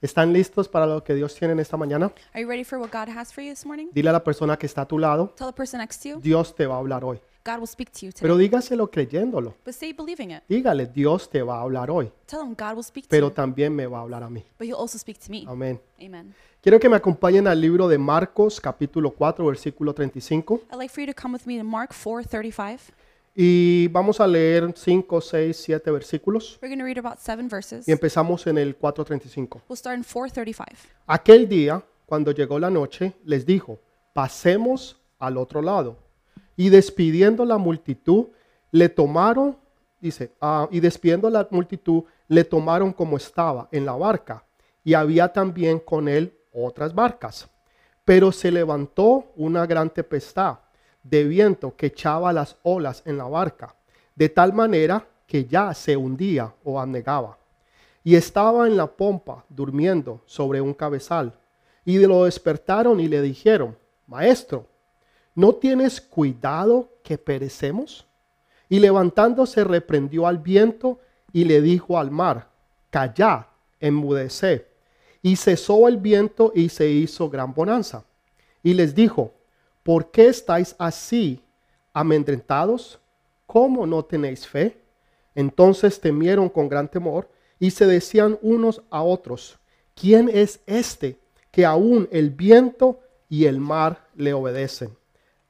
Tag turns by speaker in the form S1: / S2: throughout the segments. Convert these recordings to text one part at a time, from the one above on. S1: ¿Están listos para lo que Dios tiene en esta mañana?
S2: Are you ready for what God has for you this morning?
S1: Dile a la persona que está a tu lado,
S2: Tell the person next to you,
S1: Dios te va a hablar hoy.
S2: God will speak to you today.
S1: Pero dígaselo creyéndolo.
S2: But say believing it.
S1: Dígale, Dios te va a hablar hoy,
S2: Tell him God will speak to
S1: pero Um,
S2: you,
S1: también me va a hablar a mí.
S2: but he'll also speak to me.
S1: Amén.
S2: Amen.
S1: Quiero que me acompañen al libro de Marcos, capítulo 4, versículo 35.
S2: I'd like for you to come with me to Mark 4:35.
S1: Y vamos a leer 5, 6, 7 versículos.
S2: We're going to read about 7 verses.
S1: Y empezamos en el 4.35.
S2: We'll start in 4:35.
S1: Aquel día, cuando llegó la noche, les dijo, pasemos al otro lado. Y despidiendo la multitud, le tomaron, dice, ah, y despidiendo la multitud, le tomaron como estaba en la barca. Y había también con él otras barcas. Pero se levantó una gran tempestad de viento que echaba las olas en la barca, de tal manera que ya se hundía o abnegaba y estaba en la pompa durmiendo sobre un cabezal. Y de lo despertaron y le dijeron, Maestro, ¿no tienes cuidado que perecemos? Y levantándose reprendió al viento y le dijo al mar, Callad, enmudeced. Y cesó el viento y se hizo gran bonanza. Y les dijo, ¿por qué estáis así amedrentados? ¿Cómo no tenéis fe? Entonces temieron con gran temor y se decían unos a otros, ¿quién es este que aún el viento y el mar le obedecen?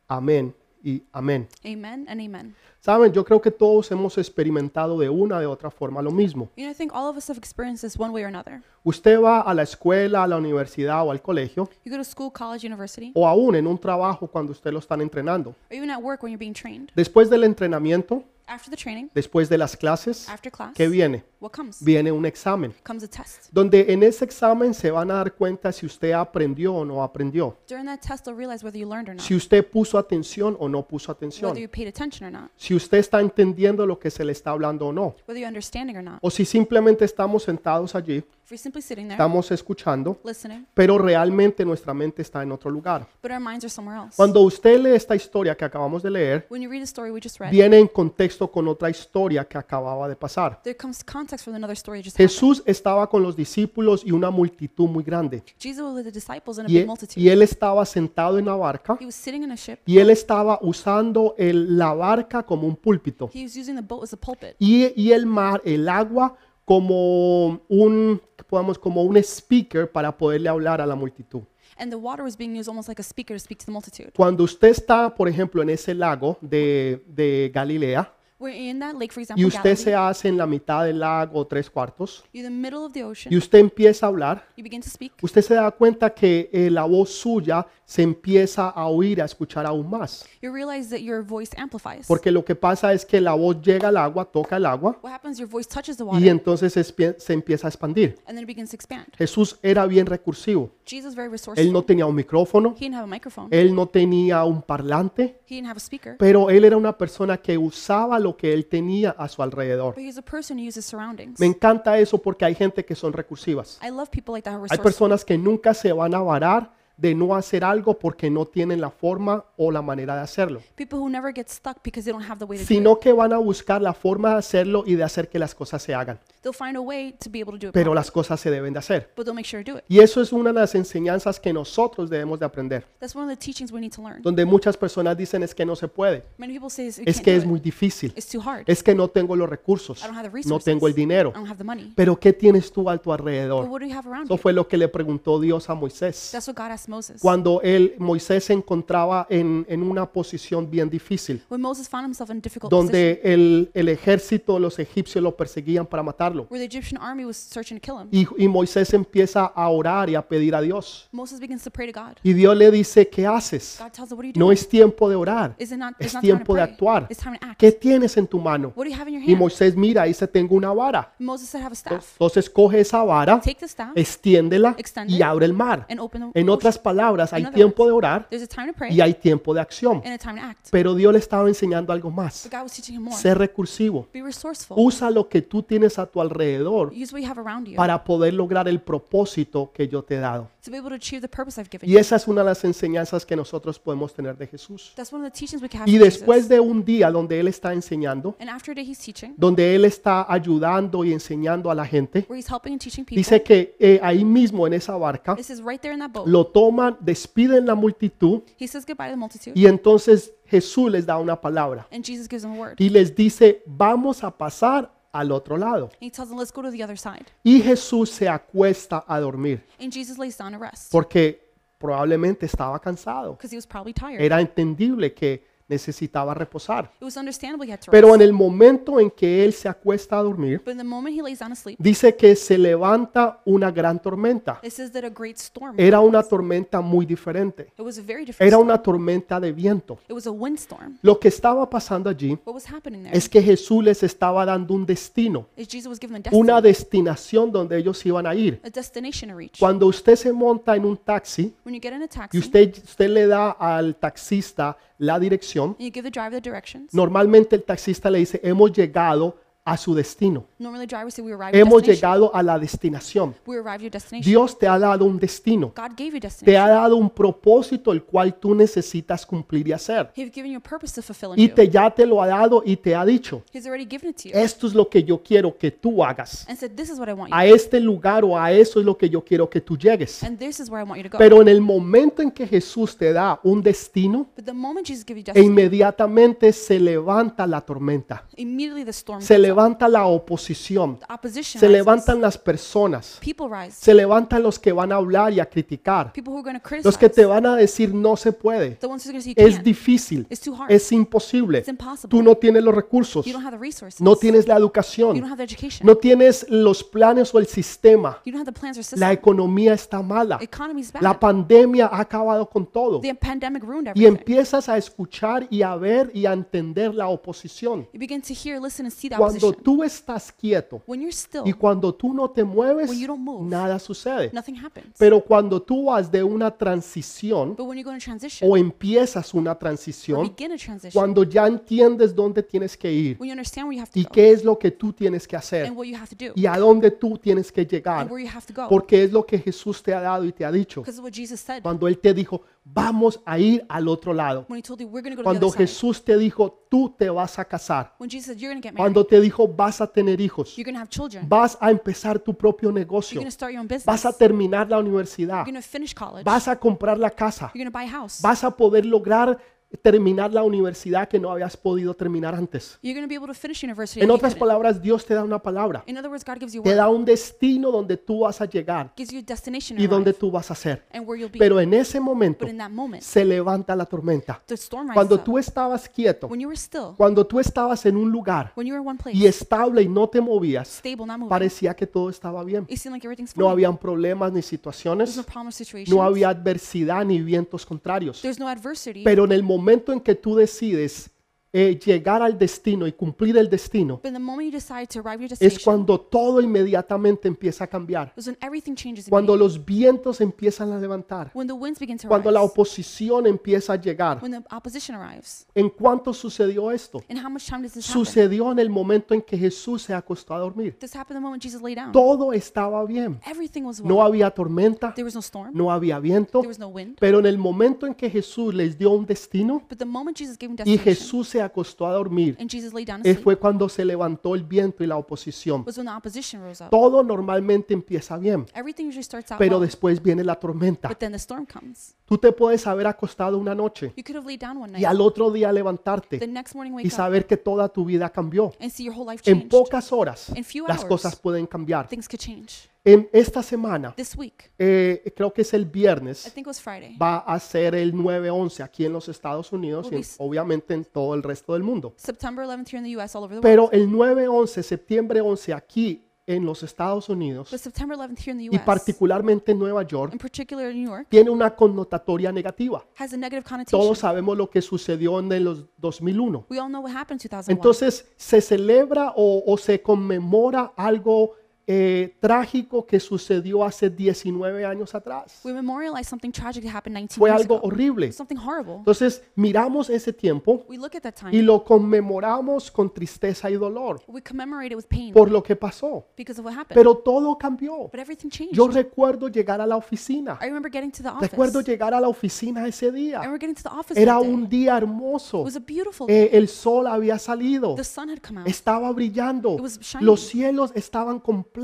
S1: Amén y amén.
S2: Amen and amen.
S1: Saben, yo creo que todos hemos experimentado de una de otra forma lo mismo.
S2: You know, I think all of us have experienced this one way or another.
S1: Usted va a la escuela, a la universidad o al colegio,
S2: You go to school, college, university,
S1: o aún en un trabajo cuando usted lo están entrenando.
S2: or even at work when you're being trained.
S1: Después del entrenamiento,
S2: After the training,
S1: después de las clases,
S2: after class,
S1: ¿qué viene?
S2: what comes?
S1: Viene un examen,
S2: Comes a test.
S1: donde en ese examen se van a dar cuenta si usted aprendió o no aprendió.
S2: During that test, they'll realize whether you learned or not,
S1: si usted puso atención o no puso atención,
S2: whether you paid attention or not,
S1: si usted está entendiendo lo que se le está hablando o no,
S2: whether you're understanding or not.
S1: o si simplemente estamos sentados allí,
S2: If you're simply sitting there,
S1: estamos escuchando,
S2: listening,
S1: pero realmente nuestra mente está en otro lugar.
S2: but our minds are somewhere else.
S1: Cuando usted lee esta historia que acabamos de leer,
S2: When you read the story we just read,
S1: viene en contexto con otra historia que acababa de pasar.
S2: there comes context from another story that just happened.
S1: Jesús estaba con los discípulos y una multitud muy grande,
S2: Jesus was with the disciples and a
S1: y
S2: big
S1: él, y
S2: multitude.
S1: él estaba sentado en la barca,
S2: He was sitting in a ship.
S1: y él estaba usando el- la barca como un púlpito.
S2: He was using the boat as a pulpit
S1: y, y el mar, el agua, como un, podamos, como un speaker para poderle hablar a la multitud.
S2: and the water was being used almost like a speaker to speak to the multitude.
S1: Cuando usted está, por ejemplo, en ese lago de, de Galilea
S2: We're in that lake, for
S1: y
S2: example,
S1: usted
S2: Galilee.
S1: se hace en la mitad del lago, tres cuartos,
S2: You're in the middle of the
S1: y
S2: ocean.
S1: usted empieza a hablar,
S2: You begin to speak.
S1: usted se da cuenta que eh, la voz suya se empieza a oír, a escuchar aún más.
S2: You realize that your voice amplifies.
S1: Porque lo que pasa es que la voz llega al agua, toca el agua,
S2: What happens? Your voice touches the
S1: y
S2: water
S1: entonces se expie- se empieza a expandir.
S2: and then it begins to expand.
S1: Jesús era bien recursivo.
S2: Jesus was very
S1: Él no
S2: resourceful.
S1: tenía un micrófono,
S2: He didn't have a microphone.
S1: Él no tenía un parlante,
S2: He didn't have a speaker.
S1: pero él era una persona que usaba lo que él tenía a su alrededor.
S2: But he's a person who uses surroundings.
S1: Me encanta eso porque hay gente que son recursivas.
S2: I love people like that who are
S1: Hay
S2: resourceful.
S1: personas que nunca se van a varar de no hacer algo porque no tienen la forma o la manera de hacerlo,
S2: People who never get stuck because they don't have the way to do it.
S1: sino que van a buscar la forma de hacerlo y de hacer que las cosas se hagan.
S2: They'll find a way to be able to do it,
S1: Pero las cosas se deben de hacer.
S2: but they'll make sure to do it.
S1: Y eso es una de las enseñanzas que nosotros debemos de aprender,
S2: That's one of the teachings we need to learn.
S1: donde muchas personas dicen es que no se puede,
S2: Many people say you
S1: es
S2: can't
S1: que
S2: do
S1: es
S2: it.
S1: muy difícil,
S2: It's too hard.
S1: es que no tengo los recursos,
S2: I don't have the
S1: no tengo el
S2: resources. Um,
S1: dinero.
S2: I don't have the money.
S1: Pero ¿qué tienes tú a tu
S2: But
S1: alrededor?
S2: what do you have around
S1: Eso
S2: you?
S1: fue lo que le preguntó Dios a Moisés.
S2: That's what God asked Moses.
S1: Cuando él, Moisés se encontraba en, en una posición bien difícil,
S2: When Moses found himself in a difficult position,
S1: donde el, el ejército, los egipcios lo perseguían para matarlo.
S2: where the Egyptian army was searching to kill him,
S1: Y, y Moisés empieza a orar y a pedir a Dios.
S2: Moses begins to pray to God.
S1: Y Dios le dice, ¿qué haces?
S2: God tells him, "What are you
S1: No
S2: doing?
S1: es tiempo de orar,
S2: Is it not?
S1: es
S2: It's not time to
S1: tiempo de
S2: pray.
S1: actuar.
S2: It's time to act.
S1: ¿Qué tienes en tu mano?
S2: What do you have in your
S1: Y
S2: hand?"
S1: Moisés mira, dice, tengo una vara.
S2: Moses said, "Have a staff.
S1: Entonces coge esa vara,
S2: Take the staff
S1: extiéndela y abre el mar.
S2: and open the
S1: En otras
S2: ocean."
S1: palabras,
S2: In
S1: hay
S2: other
S1: tiempo de orar
S2: There's a time to pray
S1: y hay tiempo de acción.
S2: and a time to act.
S1: Pero Dios le estaba enseñando algo más.
S2: But God was teaching him more.
S1: Ser recursivo.
S2: Be resourceful.
S1: Usa lo que tú tienes a tu alrededor
S2: Use what you have around you
S1: para poder lograr el propósito que yo te he dado.
S2: to be able to achieve the purpose I've given
S1: Y
S2: you.
S1: esa es una de las enseñanzas que nosotros podemos tener de Jesús.
S2: That's one of the teachings we can have
S1: Y
S2: from
S1: después
S2: Jesus.
S1: de un día donde Él está enseñando,
S2: And after a day he's teaching,
S1: donde Él está ayudando y enseñando a la gente,
S2: where he's helping and teaching people,
S1: dice que eh, ahí mismo en esa barca
S2: this is right there in that boat.
S1: lo toman, despiden la multitud
S2: He says goodbye to the multitude,
S1: y entonces Jesús les da una palabra
S2: and Jesus gives them a word.
S1: y les dice, vamos a pasar al otro lado.
S2: And he tells them, let's go to the other side.
S1: Y Jesús se acuesta a dormir
S2: And Jesus lays down to rest
S1: porque probablemente estaba cansado.
S2: because he was probably tired.
S1: Era entendible que necesitaba reposar.
S2: It was understandable he had to rest.
S1: Pero en el momento en que él se acuesta a dormir,
S2: but in the moment he lays down to sleep,
S1: dice que se levanta una gran tormenta.
S2: it says that a great storm.
S1: Era una tormenta muy diferente.
S2: it was a very different
S1: Era
S2: storm.
S1: una tormenta de viento.
S2: It was a windstorm.
S1: Lo que estaba pasando allí
S2: What was happening there?
S1: es que Jesús les estaba dando un destino,
S2: is Jesus was given a destiny,
S1: una destinación donde ellos iban a ir.
S2: a destination to reach.
S1: Cuando usted se monta en un taxi
S2: when you get in a taxi
S1: y usted, usted le da al taxista la dirección,
S2: and you give the driver the directions,
S1: normalmente el taxista le dice, hemos llegado a su destino,
S2: normally drivers say we arrived at
S1: hemos
S2: destination.
S1: llegado a la destinación.
S2: We arrived at your destination.
S1: Dios te ha dado un destino,
S2: God gave you
S1: te
S2: destination.
S1: ha dado un propósito el cual tú necesitas cumplir y hacer.
S2: He's given you a purpose to fulfill in
S1: Y
S2: you.
S1: te, ya te lo ha dado y te ha dicho,
S2: He's already given it to you
S1: esto es lo que yo quiero que tú hagas.
S2: and said, This is what I want you.
S1: a este lugar o a eso es lo que yo quiero que tú llegues.
S2: and this is where I want you to go.
S1: Pero en el momento en que Jesús te da un destino,
S2: but the moment Jesus gives you
S1: e
S2: destiny,
S1: inmediatamente se levanta la tormenta,
S2: immediately the storm
S1: se
S2: comes up.
S1: levanta la oposición,
S2: The opposition
S1: se
S2: rises.
S1: levantan las personas,
S2: People rise.
S1: se levantan los que van a hablar y a criticar,
S2: People who are going to criticize.
S1: los que te van a decir no se puede,
S2: the ones who are going to say you
S1: es
S2: can't.
S1: difícil,
S2: It's too hard.
S1: es imposible,
S2: it's impossible.
S1: tú no tienes los recursos,
S2: you don't have the resources.
S1: no tienes la
S2: you don't
S1: educación,
S2: have the education.
S1: no tienes los planes o el sistema,
S2: you don't have the plans or system.
S1: la economía está mala.
S2: Economy's bad.
S1: La pandemia ha acabado con todo.
S2: the pandemic ruined
S1: Y
S2: everything.
S1: empiezas a escuchar y a ver y a entender la oposición.
S2: You begin to hear, listen, and see the
S1: Cuando
S2: opposition.
S1: tú estás quieto
S2: when you're still,
S1: y cuando tú no te mueves,
S2: When you don't move,
S1: nada sucede.
S2: nothing happens.
S1: Pero cuando tú vas de una transición
S2: but when you go into transition,
S1: o empiezas una
S2: or
S1: transición,
S2: begin a transition,
S1: cuando ya entiendes dónde tienes que ir
S2: when you understand where you have to
S1: y
S2: go
S1: qué es lo que tú tienes que hacer
S2: and what you have to do
S1: y a dónde tú tienes que
S2: and
S1: llegar,
S2: where you have to go,
S1: porque es lo que Jesús te ha dado y te ha dicho.
S2: because of what Jesus said
S1: Cuando Él te dijo, vamos a ir al otro lado.
S2: when He told you we're going to go to the
S1: Cuando
S2: other side.
S1: Jesús te dijo, tú te vas a casar.
S2: When Jesus said you're going to get married,
S1: Cuando te dijo, vas a tener hijos.
S2: you're going to have children,
S1: Vas a empezar tu propio
S2: you're
S1: negocio.
S2: going to start your own business,
S1: Vas a
S2: you're
S1: terminar la universidad.
S2: going to finish college,
S1: Vas a comprar la casa.
S2: you're going to buy a house,
S1: Vas a poder lograr terminar la universidad que no habías podido terminar antes.
S2: you're going to be able to finish university.
S1: En
S2: if you
S1: otras
S2: couldn't.
S1: palabras, Dios te da una palabra.
S2: In other words, God gives you a
S1: Te
S2: word,
S1: da un destino donde tú vas a llegar
S2: gives you a destination
S1: y
S2: in
S1: donde
S2: life,
S1: tú vas a ser.
S2: and where you'll be.
S1: Pero en ese momento
S2: but in that moment,
S1: se levanta la tormenta.
S2: the storm rises
S1: Cuando
S2: up.
S1: tú estabas quieto,
S2: When you were still,
S1: cuando tú estabas en un lugar
S2: when you were in one place,
S1: y estable y no te movías,
S2: stable, not moving,
S1: parecía que todo estaba bien.
S2: it seemed like everything's fine.
S1: No habían problemas ni
S2: There's
S1: situaciones,
S2: no problem or situation.
S1: no había adversidad ni vientos contrarios.
S2: There's no adversity.
S1: Pero en el momento en que tú decides eh, llegar al destino y cumplir el destino,
S2: But in the moment you decide to arrive at your
S1: es
S2: destination,
S1: cuando todo inmediatamente empieza a cambiar.
S2: is when everything changes. in
S1: Cuando
S2: you.
S1: los vientos empiezan a levantar,
S2: when the winds begin to
S1: cuando la
S2: rise.
S1: oposición empieza a llegar.
S2: When the opposition arrives.
S1: ¿En cuánto sucedió esto?
S2: And how much time does this happen?
S1: Sucedió en el momento en que Jesús se acostó a dormir.
S2: This happened the moment Jesus lay down.
S1: Todo estaba bien.
S2: Everything was well.
S1: No había tormenta,
S2: there was no storm.
S1: no había viento,
S2: There was no wind.
S1: pero en el momento en que Jesús les dio un destino
S2: But the moment Jesus gave him
S1: y
S2: destination
S1: Jesús se acostó a dormir,
S2: and Jesus lay down
S1: eh,
S2: asleep
S1: fue cuando se levantó el viento y la oposición.
S2: was when the opposition rose up.
S1: Todo normalmente empieza bien,
S2: Everything usually starts out
S1: pero
S2: well,
S1: después viene la tormenta.
S2: but then the storm comes.
S1: Tú te puedes haber acostado una noche
S2: You could have laid down one night,
S1: y al otro día
S2: the
S1: levantarte
S2: next morning
S1: y
S2: wake up
S1: saber que toda tu vida cambió.
S2: and see your whole life
S1: En
S2: changed.
S1: pocas horas
S2: In few
S1: las cosas
S2: hours.
S1: pueden cambiar.
S2: Things could change.
S1: En esta semana,
S2: This week,
S1: eh, creo que es el
S2: I
S1: viernes,
S2: think it was Friday,
S1: va a ser el 9-11 aquí en los Estados Unidos y en- obviamente en todo el resto del mundo.
S2: September 11th here in the U.S. all over the
S1: Pero
S2: world.
S1: el 9-11, septiembre 11 aquí en los Estados Unidos
S2: But September 11th here in the
S1: y
S2: U.S.
S1: particularmente en Nueva York
S2: in particular in New York,
S1: tiene una connotatoria negativa.
S2: has a negative connotation.
S1: Todos sabemos lo que sucedió en el los 2001.
S2: We all know what happened in 2001.
S1: Entonces se celebra o, o se conmemora algo eh, eh, trágico que sucedió hace 19 años atrás.
S2: We memorialize something tragic that happened 19
S1: Fue
S2: years
S1: algo
S2: ago.
S1: horrible.
S2: Something horrible.
S1: Entonces miramos ese tiempo
S2: We look at that
S1: y
S2: time.
S1: lo conmemoramos con tristeza y dolor
S2: We commemorate it with pain
S1: por lo que pasó.
S2: because of what happened.
S1: Pero todo cambió.
S2: But everything changed.
S1: Yo recuerdo llegar a la oficina.
S2: I remember getting to the office.
S1: Recuerdo llegar a la oficina ese
S2: I
S1: día.
S2: remember getting to the office.
S1: Era
S2: that day.
S1: un día
S2: It
S1: hermoso.
S2: was a beautiful day.
S1: Eh, el sol había salido.
S2: The sun had come out.
S1: Estaba brillando.
S2: It was shining.
S1: Los cielos estaban completamente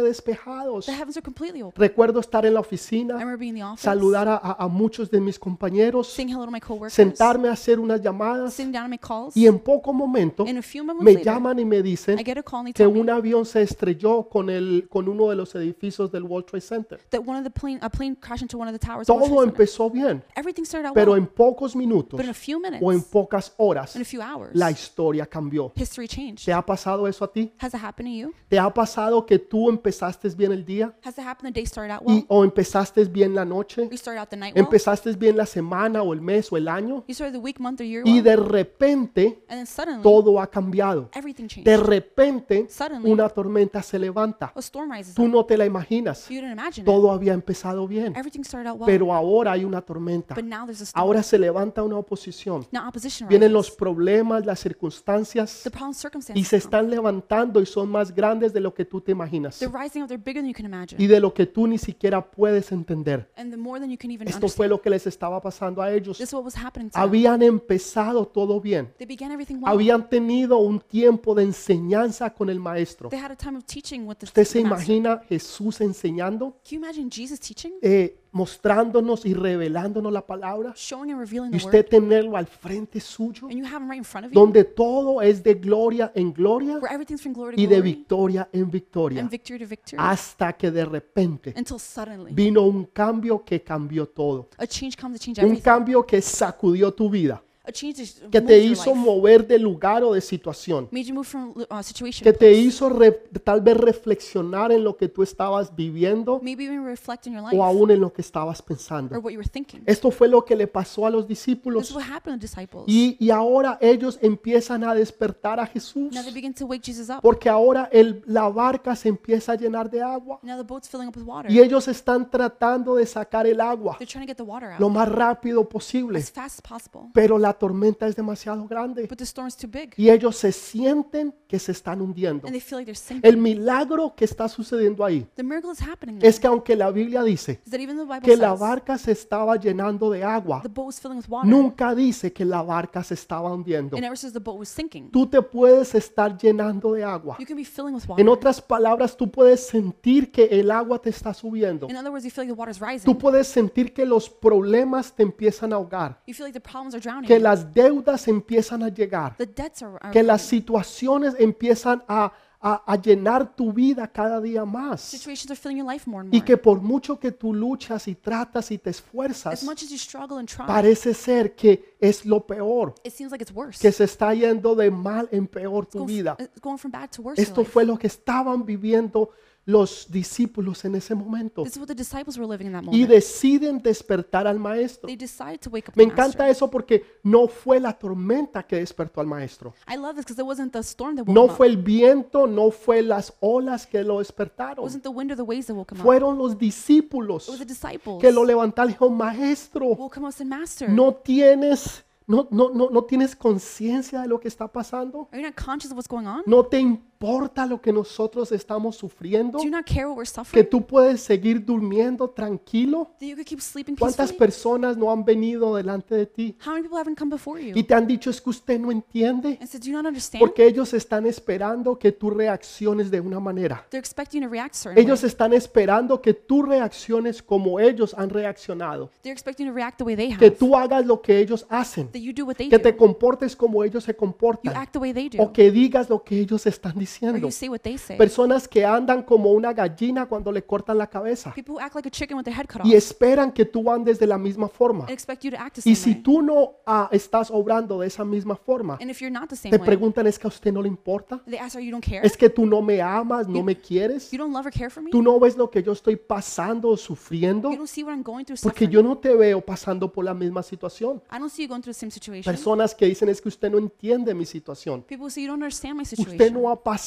S1: despejados.
S2: The heavens are completely open.
S1: Recuerdo estar en la
S2: I
S1: oficina,
S2: remember being in the office.
S1: saludar a, a- a muchos de mis compañeros,
S2: Saying hello to my coworkers.
S1: sentarme a hacer unas llamadas
S2: Sitting down and make calls.
S1: y en poco momento
S2: In a few moments
S1: me
S2: later,
S1: llaman y me
S2: I
S1: dicen
S2: get a call and they
S1: que
S2: tell me
S1: un avión se estrelló con, el, con uno de los edificios del World Trade Center.
S2: that one of the plane, a plane crashed into one of the towers. of World
S1: Todo
S2: Trade Center.
S1: empezó bien,
S2: Everything started out
S1: pero
S2: well,
S1: en pocos minutos
S2: but in a few minutes,
S1: o en pocas horas
S2: in a few hours,
S1: la historia cambió.
S2: history changed.
S1: ¿Te ha pasado eso a ti?
S2: Has it happened to you?
S1: ¿Te ha pasado que tú empezaste bien el día
S2: Has it happened the day started out well?
S1: y, o empezaste bien la noche?
S2: you started out the night well?
S1: ¿Empezaste bien la semana o el mes o el año?
S2: You started the week, month, or year well?
S1: Y de repente
S2: and then suddenly,
S1: todo ha cambiado.
S2: everything changed.
S1: De repente
S2: Suddenly.
S1: una tormenta se levanta.
S2: a storm rises
S1: Tú
S2: up.
S1: no te la imaginas.
S2: You didn't imagine it.
S1: Todo había empezado bien,
S2: Everything started out well,
S1: pero ahora hay una tormenta.
S2: but now there's a storm.
S1: Ahora se levanta una oposición.
S2: now opposition rises.
S1: Vienen los problemas, las circunstancias
S2: the problem circumstances
S1: y se
S2: come.
S1: están levantando y son más grandes de lo que tú te imaginas
S2: They're rising up. They're bigger than you can imagine.
S1: y de lo que tú ni siquiera puedes entender.
S2: and the more than you can even
S1: Esto
S2: understand.
S1: fue lo que les estaba pasando a ellos.
S2: This is what was happening to them.
S1: Habían empezado todo bien.
S2: They began everything well.
S1: Habían tenido un tiempo de enseñanza con el maestro.
S2: They had a time of teaching with the
S1: ¿Usted se
S2: the master.
S1: imagina Jesús enseñando,
S2: Can you imagine Jesus teaching?
S1: eh, mostrándonos y revelándonos la palabra?
S2: Showing and revealing
S1: Y
S2: the
S1: usted
S2: word.
S1: tenerlo al frente suyo,
S2: And you have him right in front of you.
S1: donde todo es de gloria en gloria
S2: Where everything's from glory to
S1: y de
S2: glory.
S1: victoria Ah. en victoria.
S2: And victory to victory.
S1: Hasta que de repente
S2: Until suddenly.
S1: vino un cambio que cambió todo.
S2: A change comes to change
S1: Un
S2: everything.
S1: cambio que sacudió tu vida,
S2: A change that
S1: que
S2: moved
S1: te
S2: your
S1: hizo
S2: life.
S1: mover de lugar o de situación,
S2: Made you move from uh, situation.
S1: que
S2: to
S1: te
S2: place.
S1: hizo re- tal vez reflexionar en lo que tú estabas viviendo
S2: Maybe even reflect on your
S1: o
S2: life.
S1: aún en lo que estabas
S2: Or
S1: pensando.
S2: what you were thinking.
S1: Esto fue lo que le pasó a los
S2: This is
S1: discípulos
S2: what happened to the disciples.
S1: y, y ahora ellos empiezan a despertar a Jesús
S2: Now they begin to wake Jesus up.
S1: porque ahora el- la barca se empieza a llenar de agua
S2: Now the boat's filling up with water.
S1: y ellos están tratando de sacar el agua
S2: They're trying to get the water out.
S1: lo más rápido posible,
S2: As fast as possible.
S1: pero la tormenta es demasiado grande
S2: But the storm's too big.
S1: y ellos se sienten que se están hundiendo.
S2: And they feel like they're sinking.
S1: El milagro que está sucediendo ahí
S2: The miracle is happening there.
S1: es que aunque la Biblia dice
S2: Is that even the Bible
S1: que la
S2: says
S1: barca se estaba llenando de agua,
S2: the boat was filling with water?
S1: nunca dice que la barca se estaba hundiendo.
S2: It never says the boat was sinking.
S1: Tú te puedes estar llenando de agua.
S2: You can be filling with water.
S1: En otras palabras, tú puedes sentir que el agua te está subiendo.
S2: In other words, you feel like the water's rising.
S1: Tú puedes sentir que los problemas te empiezan a ahogar,
S2: You feel like the problems are drowning.
S1: que
S2: you.
S1: las deudas empiezan a llegar,
S2: The debts are, are
S1: que las situaciones empiezan a, a- a llenar tu vida cada día más
S2: situations are filling your life more and
S1: y
S2: more.
S1: que por mucho que tú luchas y tratas y te
S2: As
S1: esfuerzas,
S2: much as you struggle and try,
S1: parece ser que es lo peor,
S2: it seems like it's worse.
S1: que se está yendo de mal en peor tu
S2: Going f-
S1: vida.
S2: uh, going from bad to worse. in
S1: Esto
S2: life.
S1: fue lo que estaban viviendo los discípulos en ese momento
S2: This is what the disciples were living in that
S1: y
S2: moment.
S1: deciden despertar al maestro.
S2: They decided to wake up
S1: Me
S2: the master.
S1: encanta eso porque no fue la tormenta que despertó al maestro.
S2: I love this because it wasn't the storm that woke
S1: No
S2: him up.
S1: fue el viento, no fue las olas que lo
S2: It
S1: despertaron.
S2: wasn't the wind or the waves that woke him up.
S1: Fueron los
S2: It was
S1: discípulos
S2: the disciples
S1: que lo levantaron y dijo, maestro,
S2: woke him up and said, Master,
S1: no tienes, no, no, no, no tienes conciencia de lo que está pasando.
S2: are you not conscious of what's going on?
S1: No te importa lo que nosotros estamos sufriendo.
S2: Do you not care what we're suffering?
S1: Que tú puedes seguir durmiendo tranquilo.
S2: that you could keep sleeping
S1: ¿Cuántas
S2: peacefully?
S1: personas no han venido delante de ti
S2: How many people haven't come before
S1: y
S2: you
S1: te han dicho es que usted no entiende?
S2: and said, Do you not understand?
S1: Porque ellos están esperando que tú reacciones de una manera.
S2: They're expecting you to react certain way.
S1: Ellos están esperando que tú reacciones como ellos han reaccionado.
S2: They're expecting you to react the way they have.
S1: Que tú hagas lo que ellos hacen.
S2: that you do what they
S1: Que
S2: do.
S1: te comportes como ellos se
S2: You
S1: comportan.
S2: act the way they do.
S1: O que digas lo que ellos están
S2: Or
S1: diciendo.
S2: you say what they say.
S1: Personas que andan como una gallina cuando le cortan la cabeza.
S2: People who act like a chicken with their head cut off
S1: Y esperan que tú andes de la misma forma.
S2: and expect you to act the
S1: Y
S2: same
S1: si
S2: way.
S1: tú no ah, estás obrando de esa misma forma,
S2: And if you're not the same
S1: te
S2: way,
S1: preguntan es que a usted no le importa.
S2: they ask, Are you don't care?
S1: Es que tú no me amas, no me quieres.
S2: You don't love or care for me?
S1: Tú no ves lo que yo estoy pasando o sufriendo
S2: You don't see what I'm going through
S1: porque
S2: suffering.
S1: yo no te veo pasando por la misma situación.
S2: I don't see you going through the same situation.
S1: Personas que dicen es que usted no entiende mi situación.
S2: People say you don't understand my
S1: Usted
S2: situation.
S1: no ha pasado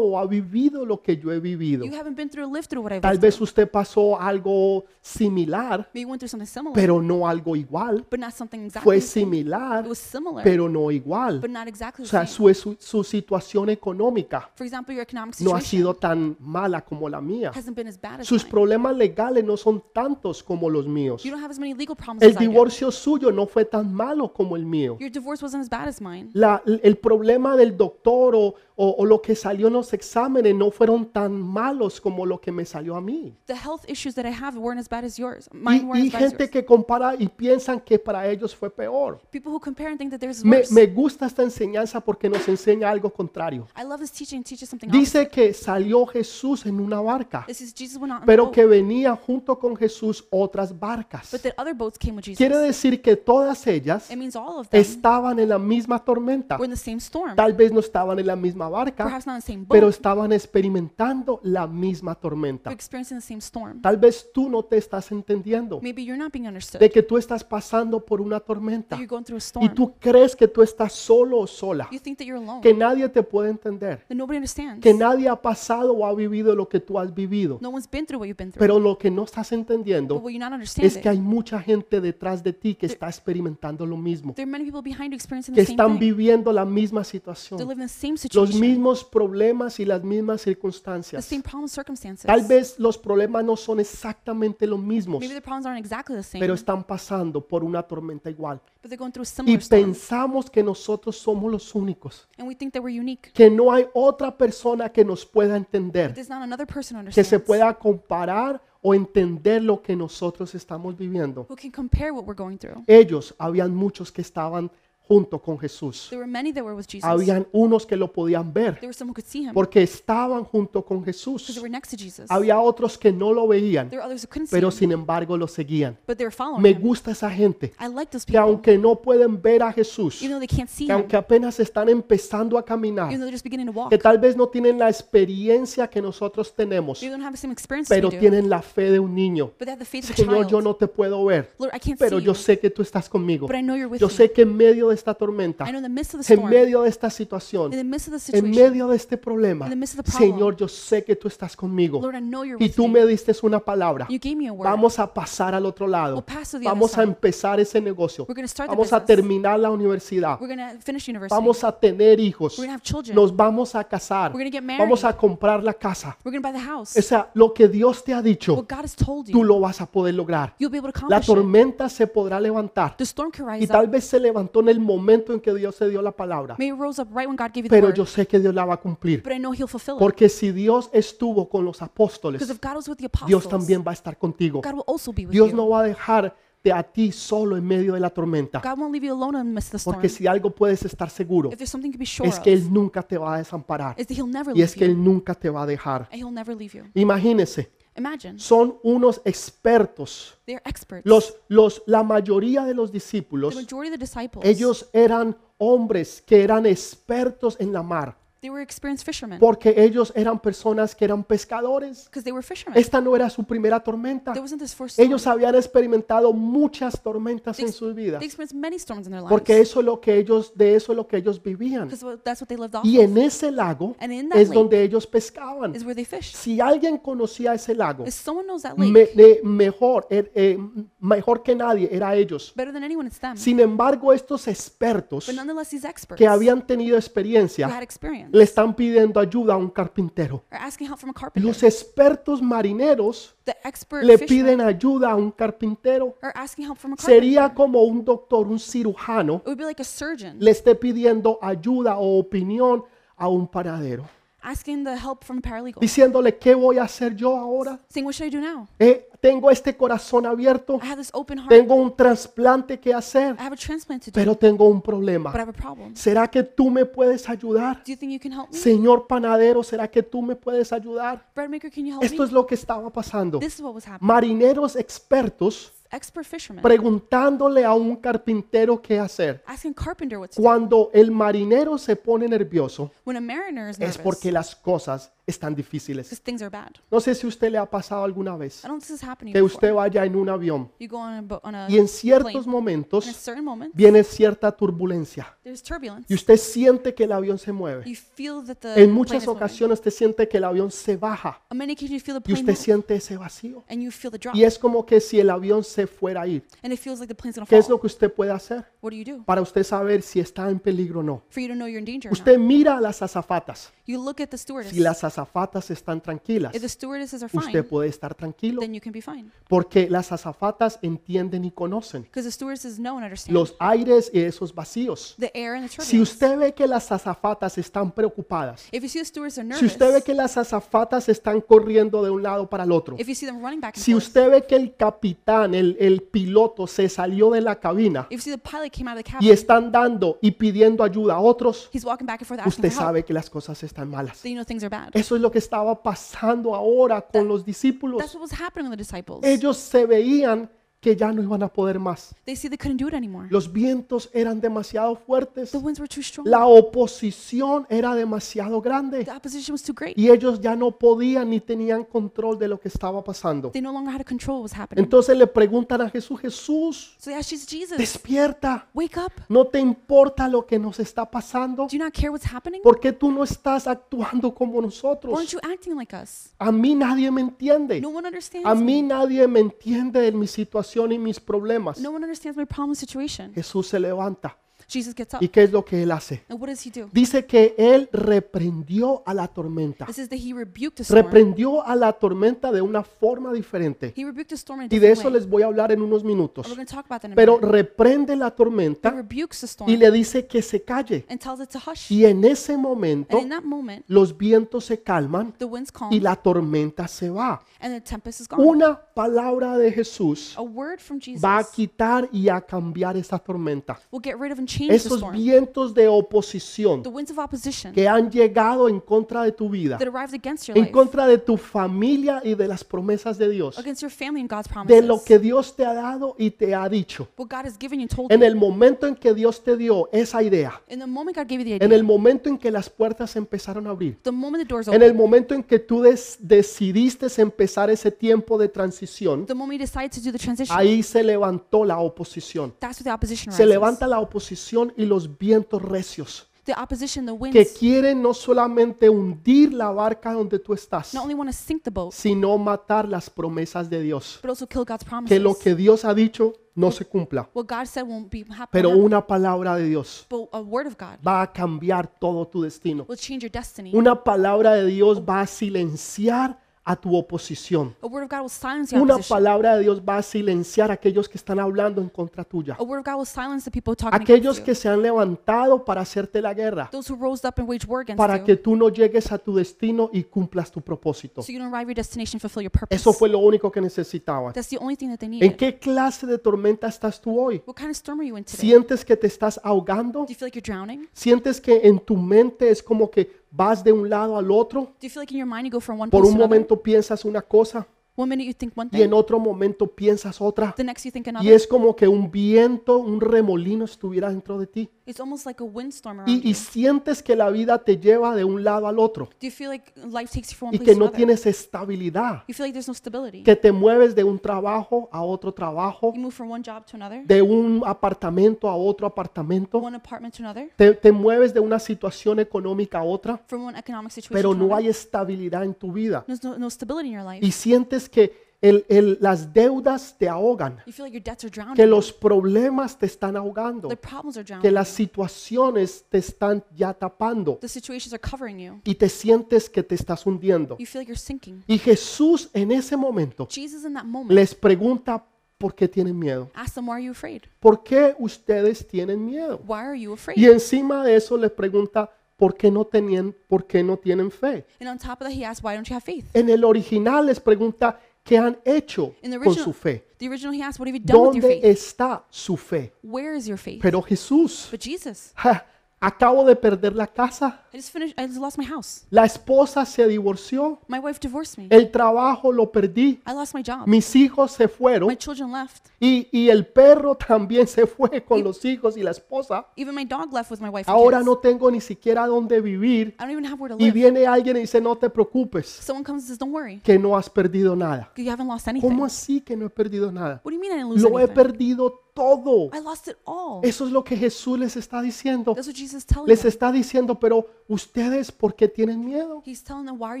S1: o ha vivido lo que yo he vivido.
S2: You haven't been through, lived through what I've
S1: Tal
S2: lived through.
S1: vez usted pasó algo similar,
S2: Maybe you went through something similar,
S1: pero no algo igual.
S2: but not something exactly.
S1: Fue
S2: the same.
S1: similar,
S2: It was similar,
S1: pero no igual.
S2: but not exactly
S1: O
S2: the
S1: sea, su,
S2: same.
S1: su- su situación económica
S2: For example, your economic
S1: no
S2: situation
S1: ha sido tan mala como la mía.
S2: hasn't been as bad as
S1: Sus
S2: mine.
S1: problemas legales no son tantos como los míos.
S2: You don't have as many legal problems
S1: El
S2: as I do.
S1: divorcio suyo no fue tan malo como el mío.
S2: Your divorce wasn't as bad as mine.
S1: La- el problema del doctor o, o- o lo que salió en los exámenes no fueron tan malos como lo que me salió a mí.
S2: The health issues that I have weren't as bad as yours. Mine
S1: Y,
S2: weren't
S1: y
S2: as bad as
S1: gente
S2: yours.
S1: que compara y piensan que para ellos fue peor.
S2: People who compare and think that theirs is
S1: Me,
S2: worse.
S1: me gusta esta enseñanza porque nos enseña algo contrario.
S2: I love this teaching. Teaches something else.
S1: Dice que salió Jesús en una barca,
S2: This is Jesus went out on a
S1: pero
S2: boat,
S1: que venía junto con Jesús otras barcas.
S2: but that other boats came with Jesus.
S1: Quiere decir que todas ellas
S2: it means all of them
S1: estaban en la misma tormenta.
S2: were in the same storm.
S1: Tal vez no estaban en la misma barca,
S2: Perhaps not in the same boat,
S1: pero estaban experimentando la misma
S2: but
S1: tormenta.
S2: experiencing the same storm.
S1: Tal vez tú no te estás entendiendo
S2: Maybe you're not being understood.
S1: de que tú estás pasando por una
S2: that
S1: tormenta
S2: you're going through a storm.
S1: y tú crees que tú estás solo o sola,
S2: you think that you're alone.
S1: que nadie te puede entender,
S2: that nobody understands.
S1: que nadie ha pasado o ha vivido lo que tú has vivido.
S2: no one's been through what you've been through.
S1: Pero lo que no estás
S2: but
S1: entendiendo
S2: what you're not
S1: es
S2: understanding.
S1: que hay mucha gente detrás de ti que está experimentando lo mismo,
S2: there are many people behind you experiencing
S1: que
S2: the same
S1: están
S2: thing.
S1: viviendo la misma
S2: They
S1: situación,
S2: live in the same
S1: los
S2: situation.
S1: mismos problemas y las mismas
S2: the
S1: circunstancias.
S2: same problem circumstances.
S1: Tal vez los problemas no son exactamente los mismos,
S2: Maybe the problems aren't exactly the same,
S1: pero están pasando por una tormenta igual.
S2: but they're going through a
S1: Y
S2: similar storm.
S1: pensamos que nosotros somos los únicos,
S2: And we think that we're unique.
S1: que no hay otra persona que nos pueda entender,
S2: There's not another person who
S1: que se
S2: understands
S1: pueda comparar o entender lo que nosotros estamos viviendo.
S2: who can compare what we're going through.
S1: Ellos, habían muchos que estaban junto con Jesús.
S2: There were many that were with Jesus.
S1: Habían unos que lo podían ver
S2: There were some who could see him because
S1: porque estaban junto con
S2: they
S1: Jesús.
S2: were next to Jesus.
S1: Había otros que no lo veían,
S2: There were others who couldn't see
S1: pero
S2: him,
S1: sin embargo lo seguían.
S2: but they were following
S1: Me
S2: him.
S1: gusta esa gente
S2: I like those
S1: que
S2: people,
S1: aunque no pueden ver a Jesús,
S2: even though they can't see
S1: que
S2: him,
S1: aunque apenas están empezando a
S2: even
S1: caminar,
S2: though they're just beginning to walk.
S1: que tal vez no tienen la experiencia que nosotros tenemos,
S2: They don't have the same experience as
S1: pero
S2: we do,
S1: tienen la fe de un niño.
S2: but they have the faith of a
S1: Señor, yo
S2: child.
S1: no te puedo ver,
S2: Lord, I can't see
S1: pero yo
S2: you,
S1: sé que tú estás conmigo.
S2: but I know you're with
S1: Yo
S2: me.
S1: sé que en medio de esta tormenta,
S2: I know in the midst of the
S1: en
S2: storm, in
S1: medio de esta situación,
S2: the midst of the
S1: en
S2: situation,
S1: medio de este problema,
S2: in the midst of the problem,
S1: Señor, yo sé que tú estás conmigo.
S2: Lord, I know you're
S1: Y
S2: with
S1: tú
S2: me.
S1: me diste una palabra.
S2: You gave me a word.
S1: Vamos a pasar al otro lado.
S2: We'll pass to the other
S1: Vamos a
S2: side.
S1: empezar ese negocio.
S2: We're going to start the
S1: Vamos a
S2: business.
S1: terminar la universidad.
S2: We're going to finish university. We're
S1: Vamos a tener hijos.
S2: going to have children.
S1: Nos vamos a casar.
S2: We're gonna get married.
S1: Vamos a comprar la casa.
S2: We're going to buy the house.
S1: O sea, lo que Dios te ha
S2: What
S1: dicho,
S2: God has told
S1: tú
S2: you,
S1: lo vas a poder lograr.
S2: you'll be able to
S1: La
S2: accomplish it.
S1: tormenta se podrá levantar.
S2: The storm could
S1: Y
S2: rise
S1: tal
S2: up.
S1: vez se levantó en el momento en que Dios se dio la palabra.
S2: Maybe it rose up right when God gave you the
S1: Pero
S2: word.
S1: yo sé que Dios la va a cumplir.
S2: But I know He'll fulfill it.
S1: Porque si Dios estuvo con los
S2: Because
S1: apóstoles,
S2: if God was with the
S1: Dios
S2: apostles,
S1: también va a estar contigo.
S2: God will also be with
S1: Dios
S2: you.
S1: no va a dejarte a ti solo en medio de la tormenta.
S2: God won't leave you alone in the midst of the storm.
S1: Porque si algo puedes estar seguro,
S2: If there's something to be sure
S1: es que
S2: of,
S1: Él nunca te va a desamparar.
S2: is that He'll never
S1: Y es
S2: leave
S1: que
S2: you.
S1: Él nunca te va a dejar.
S2: And He'll never leave you.
S1: Imagínense,
S2: Imagine.
S1: son unos expertos.
S2: They're experts.
S1: Los, los, la mayoría de los
S2: the
S1: discípulos,
S2: majority of the disciples,
S1: ellos eran hombres que eran expertos en la mar,
S2: they were experienced fishermen.
S1: porque ellos eran personas que eran pescadores.
S2: Because they were fishermen.
S1: Esta no era su primera tormenta.
S2: there wasn't this first storm.
S1: Ellos habían experimentado muchas tormentas
S2: They
S1: en
S2: ex-
S1: sus vidas,
S2: They experienced many storms in their lives.
S1: porque eso es lo que ellos, de eso es lo que ellos vivían.
S2: Because what- that's what they lived off
S1: Y
S2: of,
S1: en ese lago
S2: Pues, And in that
S1: es
S2: lake
S1: donde ellos pescaban.
S2: is where they fished.
S1: Si alguien conocía ese lago,
S2: If someone knows that lake
S1: me- eh, mejor, eh, eh, mejor que nadie, era ellos.
S2: better than anyone, it's them.
S1: Sin embargo, estos expertos
S2: but nonetheless, these experts
S1: que habían tenido
S2: who
S1: experiencia
S2: had experience
S1: le están pidiendo ayuda a un carpintero.
S2: are asking help from a carpenter.
S1: Los expertos marineros
S2: the expert
S1: le
S2: fishermen
S1: piden ayuda a un carpintero.
S2: are asking help from a carpenter.
S1: Sería como un doctor, un cirujano,
S2: it would be like a surgeon
S1: le esté pidiendo ayuda o opinión a un panadero.
S2: asking the help from a paralegal,
S1: Diciéndole, ¿qué voy a hacer yo ahora?
S2: saying, "What should I do now?
S1: Eh, tengo este corazón abierto,
S2: I have this open heart.
S1: tengo un trasplante que hacer,
S2: I have a transplant to do,
S1: pero tengo un
S2: but I
S1: problema.
S2: have a problem.
S1: ¿Será que tú me puedes ayudar?
S2: Do you think you can help me,
S1: Señor panadero, ¿será que tú me puedes ayudar?
S2: bread maker? Can you help
S1: Esto
S2: me?"
S1: es lo que estaba pasando.
S2: This is what was happening.
S1: Marineros expertos
S2: Expert fishermen
S1: preguntándole a un carpintero qué hacer.
S2: asking carpenter what to do.
S1: Cuando el marinero se pone nervioso
S2: When a mariner is
S1: es
S2: nervous,
S1: porque las cosas están difíciles.
S2: because things are bad.
S1: No sé si usted le ha pasado alguna vez
S2: I don't know if this is happening.
S1: que
S2: before.
S1: usted vaya en un avión
S2: You go on a, bo- on a
S1: y en ciertos
S2: plane, in a
S1: momentos
S2: certain moment,
S1: viene cierta turbulencia
S2: there's turbulence.
S1: y usted siente que el avión se mueve.
S2: you feel that the
S1: En
S2: plane
S1: muchas
S2: is moving.
S1: ocasiones usted siente que el avión se baja
S2: On many occasions, you feel the
S1: y
S2: plane
S1: usted
S2: move,
S1: siente ese vacío.
S2: and you feel the drop,
S1: Y es como que si el avión se fuera a ir,
S2: and it feels like the plane's gonna
S1: ¿qué
S2: fall.
S1: es lo que usted puede hacer
S2: what do you do
S1: para usted saber si está en peligro o no?
S2: for you to know you're in danger? or not?
S1: Usted mira a las azafatas.
S2: You look at the stewardess.
S1: Si las azafatas están tranquilas,
S2: if the stewardesses are fine,
S1: usted puede estar tranquilo
S2: then you can be fine
S1: porque las azafatas entienden y conocen
S2: because the stewardesses know and understand
S1: los aires y esos vacíos.
S2: the air and the turbulence.
S1: Si usted ve que las azafatas están preocupadas,
S2: if you see the stewards are nervous,
S1: si usted ve que las azafatas están corriendo de un lado para el otro,
S2: if you see them running back and
S1: si
S2: forth,
S1: usted ve que el capitán, el, el piloto se salió de la cabina
S2: if you see the pilot came out of the cabin,
S1: y están dando y pidiendo ayuda a otros,
S2: he's walking back and forth asking
S1: usted
S2: for help,
S1: sabe que las cosas están malas.
S2: so you know things are bad.
S1: Eso es lo que estaba pasando ahora con los
S2: That's
S1: discípulos.
S2: what was happening with the disciples.
S1: Ellos se veían que ya no iban a poder más.
S2: They see they couldn't do it anymore.
S1: Los vientos eran demasiado fuertes.
S2: The winds were too strong.
S1: La oposición era demasiado grande.
S2: The opposition was too great.
S1: Y ellos ya no podían ni tenían control de lo que estaba pasando.
S2: They no longer had a control what was happening.
S1: Entonces le preguntan a Jesús, Jesús,
S2: so they asked Jesus, Jesus,
S1: despierta.
S2: wake up.
S1: ¿No te importa lo que nos está pasando?
S2: Do you not care what's happening?
S1: ¿Por qué tú no estás actuando como
S2: Why
S1: nosotros?
S2: aren't you acting like us?
S1: A mí nadie me entiende.
S2: No one understands
S1: A
S2: me.
S1: mí nadie me entiende de mi situación y mis problemas.
S2: No one understands my problem situation.
S1: Jesús se levanta.
S2: Jesus gets up.
S1: ¿Y qué es lo que él hace?
S2: And what does he do?
S1: Dice que él reprendió a la tormenta.
S2: This is that he rebuked the storm.
S1: Reprendió a la tormenta de una forma diferente.
S2: He rebuked the storm in a
S1: Y de
S2: different
S1: eso
S2: way.
S1: les voy a hablar en unos
S2: We're
S1: minutos.
S2: going to talk about that in a
S1: Pero
S2: minute.
S1: reprende la
S2: He
S1: tormenta
S2: rebukes the storm
S1: y le dice que se calle.
S2: and tells it to hush.
S1: Y en ese momento
S2: and in that moment,
S1: los vientos se calman
S2: the winds calm
S1: y la tormenta se va.
S2: and the tempest is gone.
S1: Una palabra de Jesús
S2: a word from Oh. Jesus
S1: va a quitar y a cambiar esa tormenta.
S2: will get rid of and change the
S1: Esos
S2: storm.
S1: vientos de oposición
S2: the winds of opposition
S1: que han llegado en contra de tu vida,
S2: that arrived against your
S1: en
S2: life,
S1: contra de tu familia y de las promesas de Dios,
S2: against your family and God's promises.
S1: de lo que Dios te ha dado y te ha dicho.
S2: what God has given you and told
S1: En
S2: you.
S1: el momento en que Dios te dio esa idea,
S2: In the moment God gave you the
S1: en
S2: idea,
S1: el momento en que las puertas empezaron a abrir,
S2: the moment the doors
S1: en
S2: open,
S1: el momento en que tú des- decidiste empezar ese tiempo de transición,
S2: the moment you decide to do the transition,
S1: ahí se levantó la oposición.
S2: that's where the opposition
S1: Se
S2: rises.
S1: levanta la oposición y los vientos recios
S2: the opposition, the winds,
S1: que quieren no solamente hundir la barca donde tú estás,
S2: not only want to sink the boat,
S1: sino matar las promesas de Dios.
S2: but also kill God's promises.
S1: Que lo que Dios ha dicho no se cumpla,
S2: what God said won't be happening.
S1: pero una palabra de Dios
S2: but a word of God
S1: va a cambiar todo tu destino.
S2: will change your destiny.
S1: Una palabra de Dios va a silenciar a tu oposición.
S2: a word of God will silence your
S1: Una
S2: opposition.
S1: palabra de Dios va a silenciar a aquellos que están hablando en contra tuya.
S2: a word of God will silence the people talking
S1: Aquellos
S2: against you.
S1: que se han levantado para hacerte la guerra,
S2: Those who rose up and waged war against
S1: para
S2: you.
S1: que tú no llegues a tu destino y cumplas tu propósito.
S2: so you don't arrive at your destination, fulfill your purpose.
S1: Eso fue lo único que necesitaban.
S2: That's the only thing that they needed.
S1: ¿En qué clase de tormenta estás tú hoy?
S2: what kind of storm are you in today?
S1: ¿Sientes que te estás ahogando?
S2: Do you feel like you're drowning?
S1: ¿Sientes que en tu mente es como que vas de un lado al otro?
S2: Do you feel like in your mind you go from one
S1: Por
S2: place
S1: un
S2: to another?
S1: momento piensas una cosa
S2: One minute you think one
S1: y
S2: thing,
S1: en otro momento piensas otra.
S2: the next you think
S1: Y
S2: another.
S1: es como que un viento, un remolino estuviera dentro de ti.
S2: It's almost like a windstorm around
S1: Y, y
S2: you.
S1: sientes que la vida te lleva de un lado al otro
S2: Do you feel like life takes you from one
S1: y
S2: place to
S1: que no
S2: another?
S1: tienes estabilidad,
S2: You feel like there's no stability.
S1: que te mueves de un trabajo a otro trabajo,
S2: You move from one job to another,
S1: de un apartamento a otro apartamento,
S2: one apartment to another,
S1: te, te mueves de una situación económica a otra,
S2: from one economic situation
S1: pero
S2: to
S1: no
S2: another.
S1: hay estabilidad en tu vida
S2: There's no, no stability in your life.
S1: y sientes que el- el- las deudas te ahogan,
S2: You feel like your debts are
S1: que
S2: drowning.
S1: los problemas te están ahogando,
S2: The problems are
S1: que
S2: drowning.
S1: las situaciones te están ya tapando
S2: The situations are covering you.
S1: y te sientes que te estás hundiendo.
S2: You feel like you're sinking.
S1: Y Jesús en ese momento
S2: Jesus in that moment
S1: les pregunta por qué tienen miedo.
S2: asked them, why are you afraid?
S1: ¿Por qué ustedes tienen miedo?
S2: Why are you afraid?
S1: Y encima de eso les pregunta por qué no tenían, por qué no tienen fe.
S2: And on top of that, he asked, why don't you have faith?
S1: En el original les pregunta qué han hecho
S2: In the
S1: con
S2: original-
S1: su fe.
S2: The original, he asked, what have you done with your
S1: ¿Dónde
S2: faith?
S1: está su fe?
S2: Where is your faith?
S1: Pero Jesús
S2: But Jesus,
S1: ja, Acabo de perder la casa.
S2: I just finished. I just lost my house.
S1: La esposa se divorció.
S2: My wife divorced me.
S1: El trabajo lo perdí.
S2: I lost my job.
S1: Mis hijos se
S2: My
S1: fueron.
S2: children left.
S1: Y, y el perro también se fue con los hijos y la esposa.
S2: Even my dog left with my wife. and
S1: Ahora
S2: kids.
S1: no tengo ni siquiera dónde vivir.
S2: I don't even have where to
S1: Y
S2: live.
S1: viene alguien y dice, no te preocupes,
S2: Someone comes and says, "Don't worry,
S1: que no has perdido nada.
S2: you haven't lost anything."
S1: ¿Cómo así que no he perdido nada?
S2: What do you mean I didn't lose
S1: Lo he
S2: anything?
S1: perdido todo.
S2: I lost it all.
S1: Eso es lo que Jesús les está diciendo.
S2: That's what Jesus is telling
S1: Les
S2: them.
S1: está diciendo, pero ustedes, ¿por qué tienen miedo?
S2: He's telling them, "Why are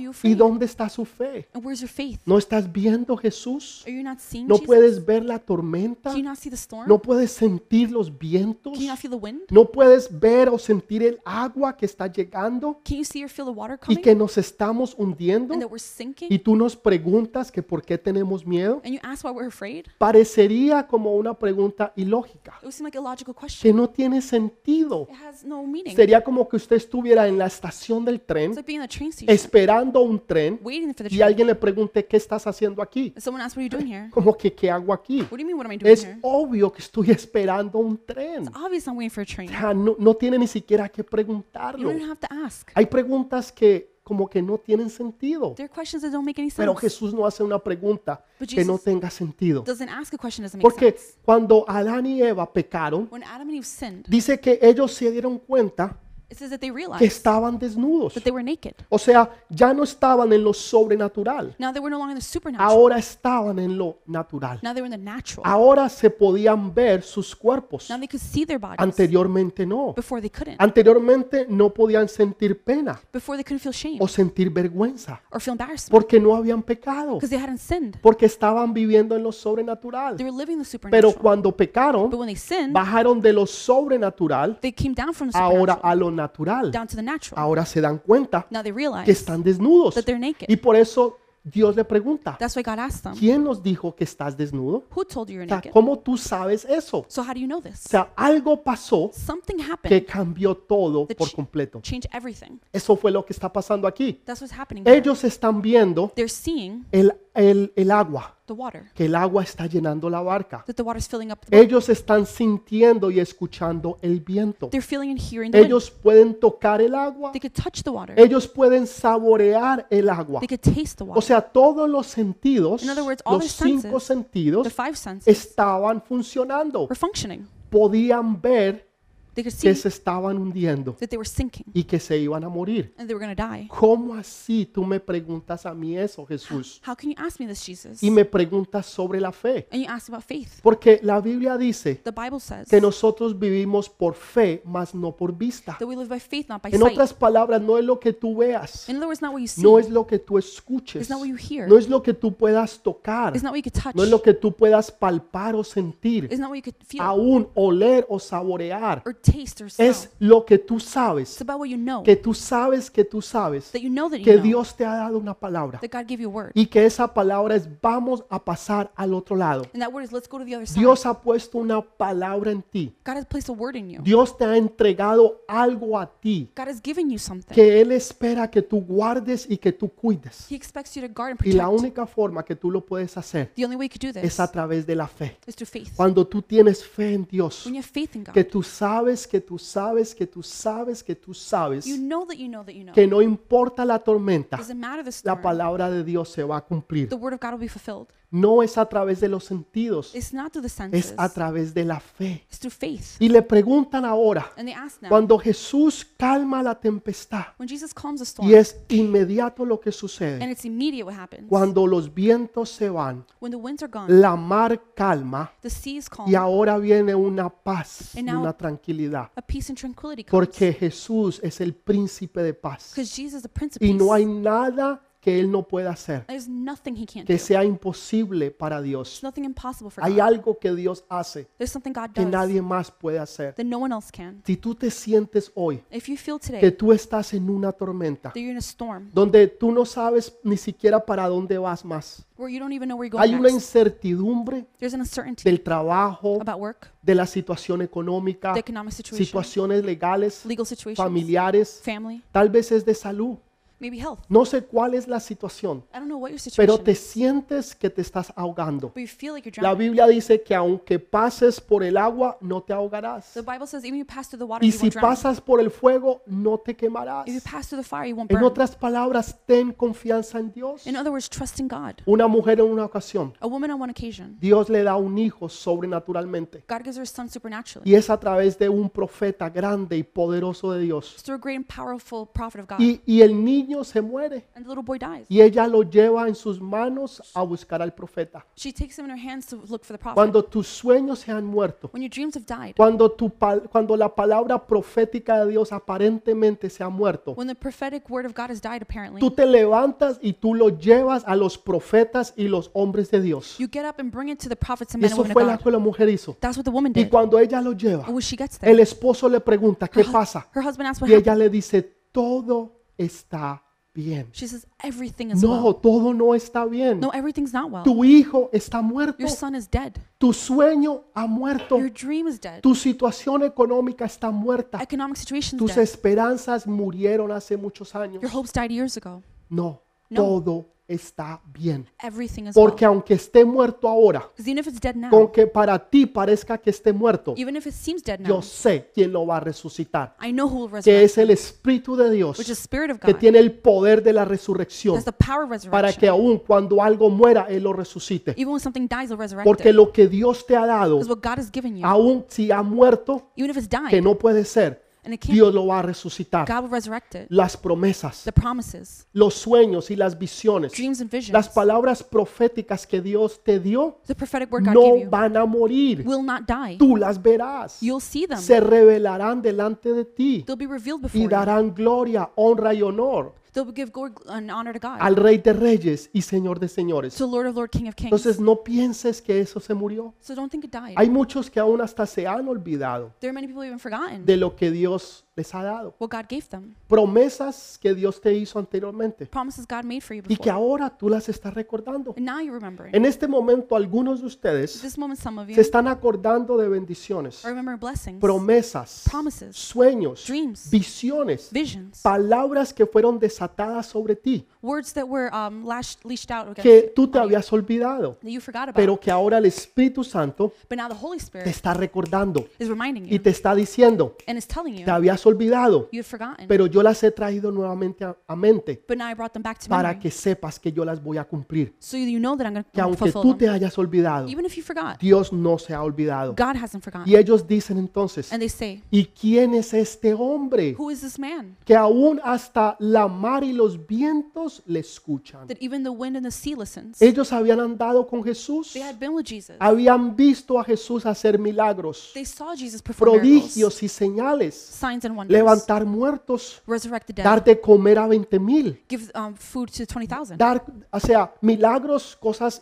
S2: you
S1: ¿Y
S2: afraid?
S1: dónde está su fe?
S2: And where's your faith?
S1: ¿No estás viendo Jesús?
S2: Are you not seeing
S1: ¿No
S2: Jesus?
S1: puedes ver la tormenta?
S2: Can you not see the storm?
S1: ¿No puedes sentir los vientos?
S2: Can you not feel the wind?
S1: ¿No puedes ver o sentir el agua que está llegando
S2: Can you see or feel the water
S1: y
S2: coming?
S1: que nos estamos hundiendo?
S2: And that we're sinking?
S1: y tú nos preguntas que por qué tenemos miedo,
S2: And you ask why we're afraid?
S1: parecería como una pregunta ilógica,
S2: It would seem like a logical question.
S1: que no tiene sentido.
S2: It has no meaning. It's
S1: Sería como que usted estuviera en la estación del tren
S2: like being in a train station,
S1: esperando un tren
S2: waiting for the
S1: y
S2: train.
S1: alguien le pregunte qué estás haciendo aquí,
S2: And someone asks, "What are you doing here?"
S1: como que qué hago aquí.
S2: What do you mean? What am I doing
S1: Es
S2: here?
S1: obvio que estoy esperando un tren.
S2: Obvious, I'm waiting for a train.
S1: O sea, no, no tiene ni siquiera que
S2: You
S1: preguntarlo.
S2: don't even have to ask.
S1: Hay preguntas que como que no tienen sentido,
S2: There are questions that don't make any
S1: pero
S2: sense.
S1: Jesús no hace una pregunta
S2: But
S1: que no
S2: Jesus
S1: tenga sentido.
S2: Doesn't ask a question doesn't make
S1: Porque
S2: sense.
S1: cuando Adán y Eva pecaron,
S2: When Adam and Eve sinned,
S1: dice que ellos se dieron cuenta
S2: it says that they
S1: que
S2: realized
S1: estaban desnudos.
S2: that they were naked.
S1: O sea, ya no estaban en lo sobrenatural,
S2: Now they were no longer in the supernatural.
S1: ahora estaban en lo natural.
S2: Now they were in the natural.
S1: Ahora se podían ver sus cuerpos.
S2: Now they could see their bodies.
S1: Anteriormente no.
S2: Before they couldn't.
S1: Anteriormente no podían sentir pena
S2: Before they couldn't feel shame
S1: o sentir vergüenza
S2: or feel embarrassment
S1: porque no habían pecado,
S2: because they hadn't sinned.
S1: porque estaban viviendo en lo sobrenatural.
S2: They were living the
S1: Pero
S2: supernatural.
S1: cuando
S2: But
S1: pecaron,
S2: when they sinned,
S1: bajaron de lo sobrenatural
S2: they came down from the
S1: ahora
S2: supernatural
S1: a lo natural.
S2: down to the natural.
S1: ahora se dan cuenta
S2: Now they
S1: que
S2: realize
S1: están desnudos.
S2: that they're
S1: Y
S2: naked.
S1: por eso Dios le pregunta,
S2: That's why God asked them,
S1: ¿quién nos dijo que estás desnudo?
S2: Who told you you're
S1: O sea,
S2: naked?
S1: ¿cómo tú sabes eso? O
S2: So how do you know this?
S1: sea, algo pasó
S2: Something
S1: que
S2: happened,
S1: cambió todo
S2: that
S1: por
S2: ch-
S1: completo.
S2: changed everything.
S1: Eso fue lo que está pasando aquí.
S2: That's what's happening. here.
S1: Ellos están viendo
S2: They're seeing
S1: el, el- el agua,
S2: the water,
S1: que el agua está llenando la barca.
S2: that the water's filling up. The
S1: Ellos están sintiendo y escuchando el viento.
S2: They're feeling and hearing the wind.
S1: Ellos pueden tocar el agua.
S2: They could touch the water.
S1: Ellos pueden saborear el agua.
S2: They could taste the
S1: O
S2: water.
S1: sea, todos los sentidos,
S2: In other words, all
S1: los
S2: their
S1: cinco
S2: senses,
S1: sentidos
S2: The five senses
S1: estaban funcionando.
S2: were functioning.
S1: Podían ver
S2: They could
S1: que
S2: see
S1: se estaban hundiendo
S2: that they were sinking
S1: y que se iban a morir.
S2: and they were going to die.
S1: ¿Cómo así tú me preguntas a mí eso, Jesús?
S2: How can you ask me this, Jesus?
S1: Y me preguntas sobre la fe.
S2: And you ask about faith.
S1: Porque la Biblia dice
S2: The Bible says
S1: que
S2: that
S1: nosotros vivimos por fe, mas no por vista.
S2: we live by faith, not by
S1: En
S2: sight.
S1: otras palabras, no es lo que tú veas,
S2: In other words, not what you see.
S1: no es lo que tú escuches,
S2: It's not what you hear.
S1: no es lo que tú puedas tocar,
S2: It's not what you could touch.
S1: no es lo que tú puedas palpar o sentir,
S2: It's not what you could feel
S1: aún oler o saborear.
S2: or taste or smell.
S1: Es lo que tú
S2: It's
S1: sabes,
S2: about what you know.
S1: que tú sabes que tú sabes,
S2: That you know that you
S1: que
S2: know.
S1: Dios te ha dado una palabra
S2: That God gave you a word.
S1: y que esa palabra es vamos a pasar al otro lado.
S2: And that word is let's go to the other side.
S1: Dios ha puesto una palabra en ti.
S2: God has placed a word in you.
S1: Dios te ha entregado algo a ti
S2: God has given you something.
S1: que Él espera que tú guardes y que tú cuides.
S2: He expects you to guard and
S1: Y la
S2: protect.
S1: única forma que tú lo puedes hacer
S2: The only way you could do
S1: es
S2: this
S1: a través de la fe.
S2: is through faith.
S1: Cuando tú tienes fe en Dios,
S2: When you have faith in
S1: que
S2: God,
S1: tú sabes, que tú sabes, que tú sabes, que tú sabes,
S2: you know that you know that you know.
S1: que no importa la tormenta,
S2: Doesn't matter the
S1: la
S2: storm.
S1: palabra de Dios se va a cumplir.
S2: The word of God will be fulfilled.
S1: No es a través de los sentidos,
S2: It's not through the
S1: es
S2: senses.
S1: a través de la fe.
S2: It's through faith.
S1: Y le preguntan ahora,
S2: And they ask now,
S1: cuando Jesús calma la tempestad,
S2: when Jesus calms a
S1: y
S2: storm,
S1: es inmediato lo que
S2: and
S1: sucede,
S2: it's immediate what happens.
S1: cuando los vientos se van,
S2: When the winds are gone,
S1: la mar calma
S2: the sea is calm,
S1: y ahora viene una paz,
S2: And
S1: y
S2: now-
S1: una tranquilidad,
S2: a peace and tranquility comes.
S1: porque Jesús es el príncipe de paz
S2: Because Jesus is the Prince of
S1: y
S2: Peace.
S1: no hay nada que Él no pueda hacer,
S2: There's nothing he can't do.
S1: que
S2: There's
S1: sea imposible para Dios.
S2: nothing impossible for
S1: Hay
S2: God.
S1: algo que Dios hace
S2: There's something God
S1: que
S2: does
S1: nadie más puede hacer.
S2: that no one else can.
S1: Si tú te sientes hoy
S2: If you feel today
S1: que
S2: that
S1: tú estás en una tormenta,
S2: you're in a storm
S1: donde tú no sabes ni siquiera para dónde vas más,
S2: where you don't even know where you're
S1: hay
S2: going
S1: una
S2: next,
S1: incertidumbre
S2: there's an uncertainty
S1: del trabajo,
S2: about work,
S1: de la situación económica,
S2: the economic situation,
S1: situaciones legales,
S2: legal situations,
S1: familiares,
S2: family.
S1: tal vez es de salud,
S2: maybe health.
S1: No sé cuál es la situación,
S2: I don't know what your
S1: pero
S2: situation
S1: te
S2: is,
S1: sientes que te estás ahogando.
S2: but you feel like you're
S1: La
S2: drowning.
S1: Biblia dice que aunque pases por el agua, no te ahogarás.
S2: The Bible says even you pass through the water,
S1: Y
S2: you
S1: si
S2: won't drown.
S1: pasas por el fuego, no te quemarás.
S2: If you pass through the fire, you won't
S1: En
S2: burn.
S1: otras palabras, ten confianza en Dios.
S2: In other words, trust in God.
S1: Una mujer en una ocasión,
S2: A woman on one occasion,
S1: Dios le da un hijo sobrenaturalmente.
S2: God gives her a son supernaturally.
S1: Y es a través de un profeta grande y poderoso de Dios.
S2: It's through a great and powerful prophet of God.
S1: Y, y el niño se muere.
S2: and the little boy dies.
S1: Y ella lo lleva en sus manos a buscar al profeta.
S2: She takes him in her hands to look for the prophet.
S1: Cuando tus sueños se han muerto,
S2: when your dreams have died,
S1: cuando, tu pal- cuando la palabra profética de Dios aparentemente se ha muerto,
S2: when the prophetic word of God has died, apparently,
S1: tú te levantas y tú lo llevas a los profetas y los hombres de Dios.
S2: you get up and bring it to the prophets
S1: Y
S2: and men and
S1: eso
S2: women
S1: fue
S2: of
S1: lo
S2: God.
S1: que la mujer hizo.
S2: That's what the woman
S1: Y
S2: did.
S1: cuando ella lo lleva,
S2: And when she gets there,
S1: el esposo le pregunta, ¿qué
S2: her, hus-
S1: pasa?
S2: her husband asks what
S1: Ah. Y ella
S2: happened.
S1: le dice, todo está bien.
S2: She says, everything is
S1: No,
S2: well.
S1: todo no está bien.
S2: No, everything's not well.
S1: Tu hijo está muerto.
S2: Your son is dead.
S1: Tu sueño ha muerto.
S2: Your dream is dead.
S1: Tu situación económica está muerta.
S2: Economic situation's
S1: Tus
S2: dead.
S1: esperanzas murieron hace muchos años.
S2: Your hopes died years ago.
S1: No,
S2: No.
S1: todo está bien.
S2: Everything is well.
S1: Porque aunque esté muerto ahora,
S2: Because even if it's dead now,
S1: con que para ti parezca que esté muerto,
S2: even if it seems dead now,
S1: yo sé quién lo va a resucitar,
S2: I know who will
S1: que
S2: resurrect,
S1: es el Espíritu de Dios
S2: which is Spirit of
S1: que
S2: God.
S1: tiene el poder de la resurrección
S2: That's the power of
S1: para que
S2: resurrection.
S1: aun cuando algo muera, Él lo resucite.
S2: Even when something dies, He'll resurrect
S1: Porque
S2: it.
S1: lo que Dios te ha dado,
S2: Because what God has given you,
S1: aun si ha muerto,
S2: even if it's
S1: que
S2: dying,
S1: no puede ser,
S2: and it can't,
S1: Dios lo va a resucitar.
S2: God will resurrect it.
S1: Las promesas,
S2: The promises,
S1: los sueños y las visiones,
S2: dreams, and visions,
S1: las palabras proféticas que Dios te dio,
S2: the prophetic word God gave
S1: no
S2: you,
S1: van a morir.
S2: will not die.
S1: Tú las verás.
S2: You'll see them.
S1: Se revelarán delante de ti
S2: They'll be revealed
S1: y
S2: before you.
S1: darán gloria, honra y honor
S2: They'll give glory and honor to God,
S1: al Rey de Reyes y Señor de Señores.
S2: to Lord of Lord, King of Kings.
S1: Entonces no pienses que eso se murió.
S2: So don't think it died.
S1: Hay muchos que aún hasta se han olvidado
S2: There are many people who've even forgotten
S1: de lo que Dios les ha dado.
S2: what God gave them,
S1: Promesas que Dios te hizo anteriormente
S2: promises God made for you
S1: y que
S2: before.
S1: ahora tú las estás recordando.
S2: And now you're remembering.
S1: En este momento algunos de ustedes
S2: This moment, some of
S1: se
S2: you
S1: están acordando de bendiciones,
S2: are remembering blessings,
S1: promesas,
S2: promises,
S1: sueños,
S2: dreams,
S1: visiones,
S2: visions,
S1: palabras que fueron desatadas sobre ti,
S2: words that were um, lashed, leashed out against
S1: que
S2: you,
S1: tú te habías olvidado,
S2: that you forgot about.
S1: pero que ahora el Espíritu Santo
S2: but now the Holy
S1: te
S2: Spirit
S1: está recordando
S2: is reminding
S1: y
S2: you
S1: te está diciendo,
S2: and is telling you
S1: te habías olvidado,
S2: you had forgotten.
S1: pero yo las he traído nuevamente a, a mente
S2: but now I brought them back to
S1: para
S2: memory,
S1: que sepas que yo las voy a cumplir.
S2: so you know that I'm going
S1: Que
S2: to
S1: aunque
S2: fulfill
S1: tú
S2: them.
S1: te hayas olvidado,
S2: Even if you forgot,
S1: Dios no se ha olvidado.
S2: God hasn't forgotten.
S1: Y ellos dicen entonces,
S2: and they say,
S1: ¿y quién es este hombre
S2: "Who is this man
S1: que aún hasta la mar y los vientos le escuchan?
S2: that even the wind and the sea listens?"
S1: Ellos habían andado con Jesús,
S2: they had been with Jesus.
S1: habían visto a Jesús hacer milagros,
S2: they saw Jesus perform miracles,
S1: prodigios y señales,
S2: signs and wonders,
S1: levantar muertos,
S2: resurrect the dead,
S1: dar de comer a 20 mil.
S2: give um, food to twenty thousand.
S1: dar, o sea, milagros, cosas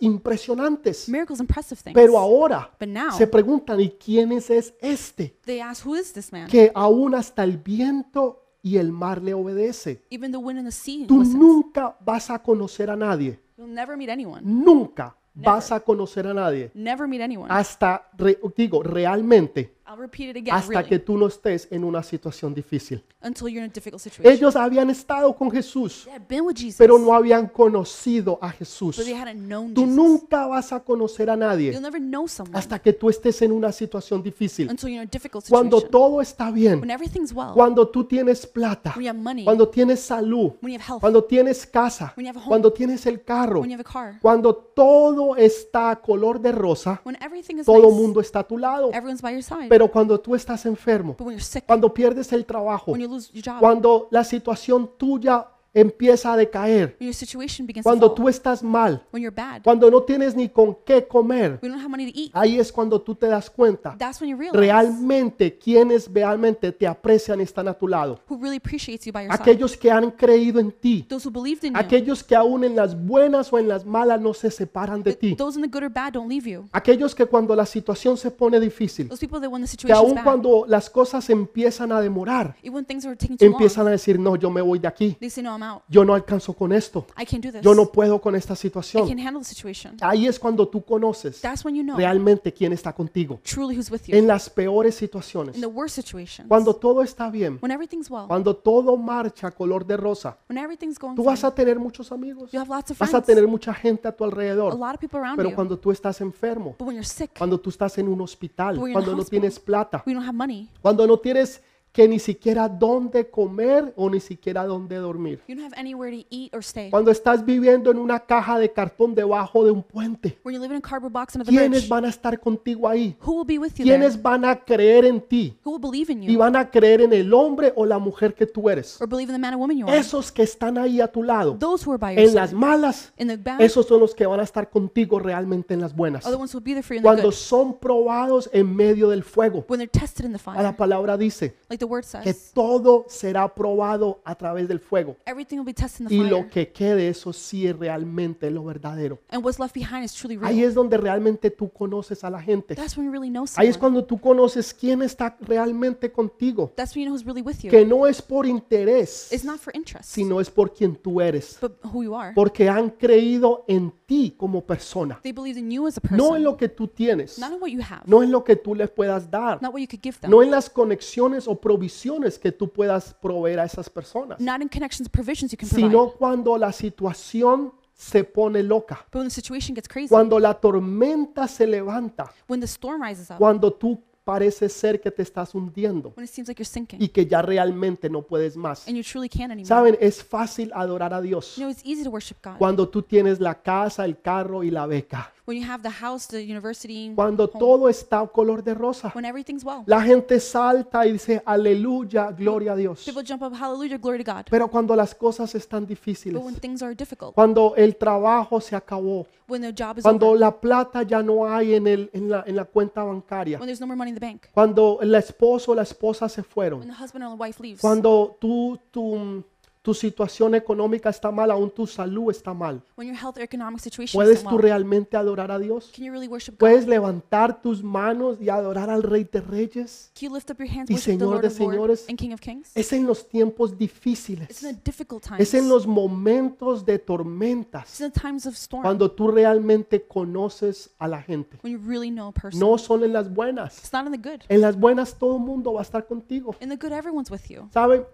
S1: impresionantes.
S2: Miracles, impressive things.
S1: Pero ahora
S2: But now
S1: se preguntan, ¿y quién es, es este
S2: they ask, "Who is this man?"
S1: que aún hasta el viento y el mar le obedece?
S2: Even the wind and the sea
S1: Tú
S2: listens.
S1: nunca vas a conocer a nadie,
S2: You'll never meet anyone.
S1: nunca vas a conocer a nadie.
S2: Never meet anyone.
S1: Hasta, re- digo, realmente,
S2: I'll repeat it again,
S1: hasta que
S2: really,
S1: tú no estés en una situación difícil.
S2: until you're in a difficult situation.
S1: Ellos habían estado con Jesús,
S2: They had been with Jesus,
S1: pero no habían conocido a Jesús.
S2: but they hadn't known
S1: Tú
S2: Pues Jesus.
S1: nunca vas a conocer a nadie
S2: You'll never know someone
S1: hasta que tú estés en una situación difícil.
S2: until you're in a difficult
S1: Cuando
S2: situation.
S1: todo está bien,
S2: When everything's well, when
S1: cuando tú tienes plata,
S2: you have money, when
S1: cuando tienes salud,
S2: you have health,
S1: cuando tienes casa,
S2: When you have a home.
S1: cuando tienes el carro,
S2: when you have a car,
S1: cuando todo está a color de rosa,
S2: when everything is
S1: todo
S2: nice,
S1: mundo está a tu lado.
S2: everyone's by your side. But
S1: Pero cuando tú estás enfermo,
S2: when you're sick,
S1: cuando pierdes el trabajo,
S2: when you lose your job, when
S1: cuando la situación tuya empieza a decaer,
S2: your situation begins to
S1: cuando
S2: fall,
S1: tú estás mal,
S2: when you're bad,
S1: cuando no tienes ni con qué comer,
S2: we don't have money to eat,
S1: ahí es cuando tú te das cuenta
S2: that's when you realize
S1: realmente quienes realmente te aprecian están a tu lado.
S2: who really appreciates you by your side.
S1: Aquellos que han creído en ti,
S2: Those who believed in you,
S1: aquellos que aún en las buenas o en las malas no se separan de ti,
S2: those in the good or bad don't leave you.
S1: aquellos que cuando la situación se pone difícil,
S2: Those people that when the
S1: que
S2: situation's
S1: aún
S2: bad,
S1: cuando las cosas empiezan a demorar,
S2: even when things are taking too long,
S1: empiezan a decir, no, yo me voy de aquí,
S2: they say, no, I'm come out.
S1: Yo no alcanzo con esto.
S2: I can do this.
S1: Yo no puedo con esta
S2: I
S1: situación.
S2: can handle the situation.
S1: Ahí es cuando tú conoces
S2: That's when you know
S1: realmente quién está contigo.
S2: truly who's with you
S1: En las peores situaciones.
S2: in the worst situations.
S1: Cuando todo está bien.
S2: when everything's well,
S1: Cuando todo marcha color de rosa.
S2: when everything's going
S1: Tú
S2: fine,
S1: vas a tener muchos amigos.
S2: you have lots of
S1: Vas
S2: friends,
S1: a tener mucha gente a tu
S2: a
S1: alrededor.
S2: lot of people around
S1: Pero
S2: you.
S1: cuando tú estás enfermo,
S2: but when you're sick,
S1: cuando tú estás en un hospital,
S2: When you're in
S1: cuando no
S2: hospital.
S1: tienes plata,
S2: we don't have money.
S1: cuando no tienes que ni siquiera dónde comer o ni siquiera dónde dormir,
S2: You don't have anywhere to eat or stay.
S1: cuando estás viviendo en una caja de cartón debajo de un puente,
S2: when you're living in a cardboard box under the
S1: ¿quiénes
S2: bridge,
S1: van a estar contigo ahí?
S2: who will be with you there?
S1: ¿Quiénes van a creer en ti?
S2: Who will believe in
S1: Y
S2: you
S1: van a creer en el hombre o la mujer que tú eres.
S2: or believe in the man or woman you are?
S1: Esos que están ahí a tu lado,
S2: Those who are by your
S1: en
S2: side,
S1: las malas,
S2: in the bad,
S1: esos son los que van a estar contigo realmente en las buenas.
S2: are the ones who will be there for you in Oh, the
S1: Cuando
S2: good.
S1: son probados en medio del fuego,
S2: When they're tested in the
S1: a la
S2: fire,
S1: palabra dice
S2: like the word
S1: que
S2: says,
S1: todo será probado a través del fuego.
S2: everything will be tested
S1: Y
S2: in the
S1: lo
S2: fire.
S1: que quede, eso sí es realmente lo verdadero.
S2: And what's left behind is truly
S1: Ahí
S2: real.
S1: es donde realmente tú conoces a la gente.
S2: That's when you really know
S1: Ahí es
S2: someone.
S1: cuando tú conoces quién está realmente contigo.
S2: That's when you know who's really with you.
S1: Que no es por interés,
S2: It's not for interest,
S1: sino es por quien tú eres.
S2: but who you are.
S1: Porque han creído en ti como persona.
S2: They believe in you as a
S1: No en
S2: person,
S1: lo que tú tienes.
S2: not in what you have,
S1: No en lo que tú les puedas dar.
S2: not what you could give them,
S1: no en las conexiones o provisiones que tú puedas proveer a esas personas,
S2: not in connections, provisions you can provide.
S1: sino cuando la situación se pone loca,
S2: But when the situation gets crazy,
S1: cuando la tormenta se levanta,
S2: when the storm rises up,
S1: cuando tú pareces ser que te estás hundiendo
S2: when it seems like you're sinking
S1: y que ya realmente no puedes más.
S2: and you truly can't anymore.
S1: Saben, es fácil adorar a Dios
S2: You know, it's easy to worship God
S1: cuando tú tienes la casa, el carro y la beca,
S2: when you have the house, the university,
S1: cuando
S2: home,
S1: todo está color de rosa.
S2: when everything's well.
S1: La gente salta y dice, aleluya, gloria a Dios.
S2: People jump up, hallelujah, glory to God.
S1: Pero cuando las cosas están
S2: But
S1: difíciles,
S2: when things are difficult,
S1: cuando el trabajo se acabó,
S2: when the job is
S1: cuando
S2: over,
S1: la plata ya no hay en, el- en la, en la cuenta bancaria,
S2: when there's no more money in the bank,
S1: cuando el esposo o la esposa se
S2: when
S1: fueron,
S2: the husband or the wife leaves, when
S1: cuando tu, tu, tu situación económica está mal, aún tu salud está mal,
S2: your health or economic situation
S1: ¿puedes
S2: is
S1: tú
S2: well,
S1: realmente adorar a Dios?
S2: can you really worship God?
S1: ¿Puedes levantar tus manos y adorar al Rey de Reyes?
S2: Can you lift up your hands,
S1: y
S2: worship the
S1: Señor
S2: Lord
S1: de
S2: of Lords
S1: señores,
S2: and King of Kings?
S1: Es en los tiempos
S2: It's in
S1: difíciles,
S2: the difficult times.
S1: es en
S2: It's
S1: los momentos de tormentas,
S2: in the times of storm
S1: cuando tú realmente conoces a la gente.
S2: when you really know a person.
S1: No son en las buenas.
S2: It's not in the good.
S1: En las buenas todo el mundo va a estar contigo.
S2: In the good, everyone's with you.
S1: ¿Saben?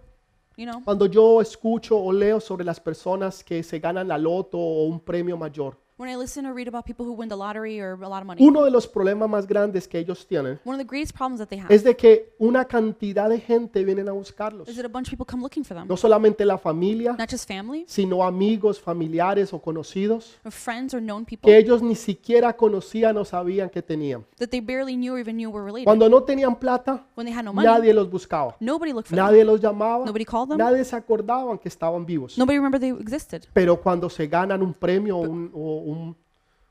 S2: You know,
S1: Cuando yo escucho o leo sobre las personas que se ganan la loto o un premio mayor,
S2: when I listen or read about people who win the lottery or a lot of money,
S1: uno de los problemas más grandes que ellos tienen
S2: one of the greatest problems that they have
S1: es de que una cantidad de gente vienen a buscarlos.
S2: is that a bunch of people come looking for them.
S1: No solamente la familia,
S2: Not just family,
S1: sino amigos, familiares o conocidos
S2: or friends or known people
S1: que ellos ni siquiera conocían o sabían que tenían.
S2: that they barely knew or even knew were related.
S1: Cuando no tenían plata,
S2: When they had no money,
S1: nadie los buscaba.
S2: nobody looked for them.
S1: Nadie los llamaba.
S2: Nobody called them.
S1: Nadie se acordaban que estaban vivos.
S2: Nobody remembered they existed.
S1: pero cuando se ganan un premio un- o un,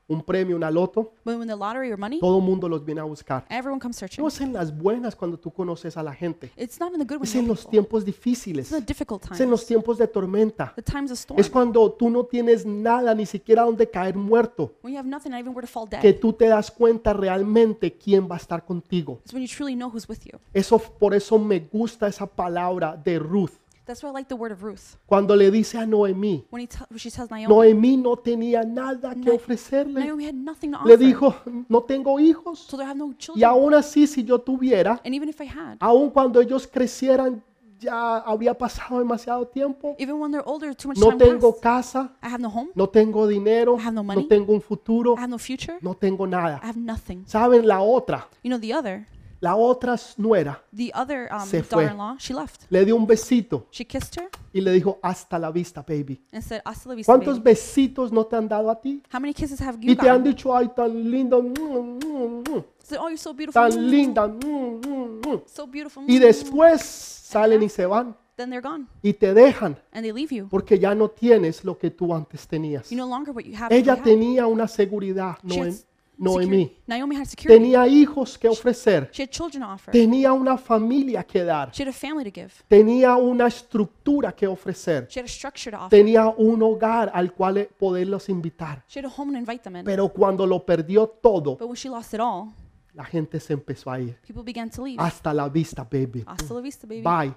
S1: un premio, una loto,
S2: When they win the lottery or money,
S1: todo el mundo los viene a buscar.
S2: everyone comes searching.
S1: No es en las buenas cuando tú conoces a la gente,
S2: It's not in the good when
S1: es
S2: you
S1: en
S2: know
S1: los
S2: people.
S1: tiempos difíciles,
S2: It's in the difficult
S1: es en los
S2: times,
S1: tiempos de tormenta,
S2: the times of storm,
S1: es cuando tú no tienes nada, ni siquiera donde caer muerto,
S2: when you have nothing, not even where to fall
S1: que
S2: dead.
S1: tú te das cuenta realmente quién va a estar contigo.
S2: It's when you truly know who's with you.
S1: Eso, por eso me gusta esa palabra de Ruth,
S2: That's why I like the word of Ruth.
S1: cuando le dice a Noemí,
S2: When he tell- she tells Naomi,
S1: Noemí no tenía nada que
S2: Na-
S1: ofrecerle.
S2: Naomi had nothing to offer.
S1: Le dijo, no tengo hijos.
S2: so they have no
S1: Y
S2: children.
S1: aún así, si yo tuviera,
S2: And even if I had,
S1: aún cuando ellos crecieran, ya habría pasado demasiado tiempo.
S2: even when they're older, too much
S1: No
S2: time
S1: tengo
S2: passed.
S1: casa,
S2: I have no home.
S1: no tengo dinero,
S2: I have no
S1: no
S2: money.
S1: tengo un futuro,
S2: I have no future.
S1: no tengo nada.
S2: I have nothing.
S1: ¿Saben la otra?
S2: You know, the other,
S1: La otra s- nuera
S2: the other um,
S1: Se fue.
S2: daughter-in-law, she left.
S1: le dio un besito
S2: She kissed her
S1: y le dijo, hasta la vista, baby.
S2: and said, "Hasta la vista,
S1: ¿Cuántos
S2: baby."
S1: besitos no te han dado a ti?
S2: How many kisses have you
S1: Y te han
S2: gotten?
S1: dicho, ay, tan lindo, mm, mm, mm,
S2: Said, oh, you're so beautiful.
S1: tan
S2: mm,
S1: linda. mm, mm, mm".
S2: So beautiful.
S1: Y
S2: mm."
S1: después salen y se van
S2: Then they're gone
S1: y te dejan.
S2: and they leave you.
S1: porque ya no tienes lo que tú antes tenías.
S2: You no longer what you have. what
S1: Ella
S2: you had.
S1: tenía una seguridad,
S2: She had
S1: Noem-
S2: s-
S1: Noemí.
S2: security. Naomi had security.
S1: Tenía hijos que ofrecer,
S2: She had children to offer.
S1: tenía una familia que dar,
S2: She had a family to give.
S1: tenía una estructura que ofrecer,
S2: She had a structure to offer.
S1: tenía un hogar al cual eh, poderlos invitar.
S2: She had a home to invite them in.
S1: Pero cuando lo perdió todo,
S2: But when she lost it all,
S1: la gente se empezó a ir.
S2: people began to leave.
S1: Hasta la vista, baby.
S2: Hasta la vista, baby.
S1: Bye.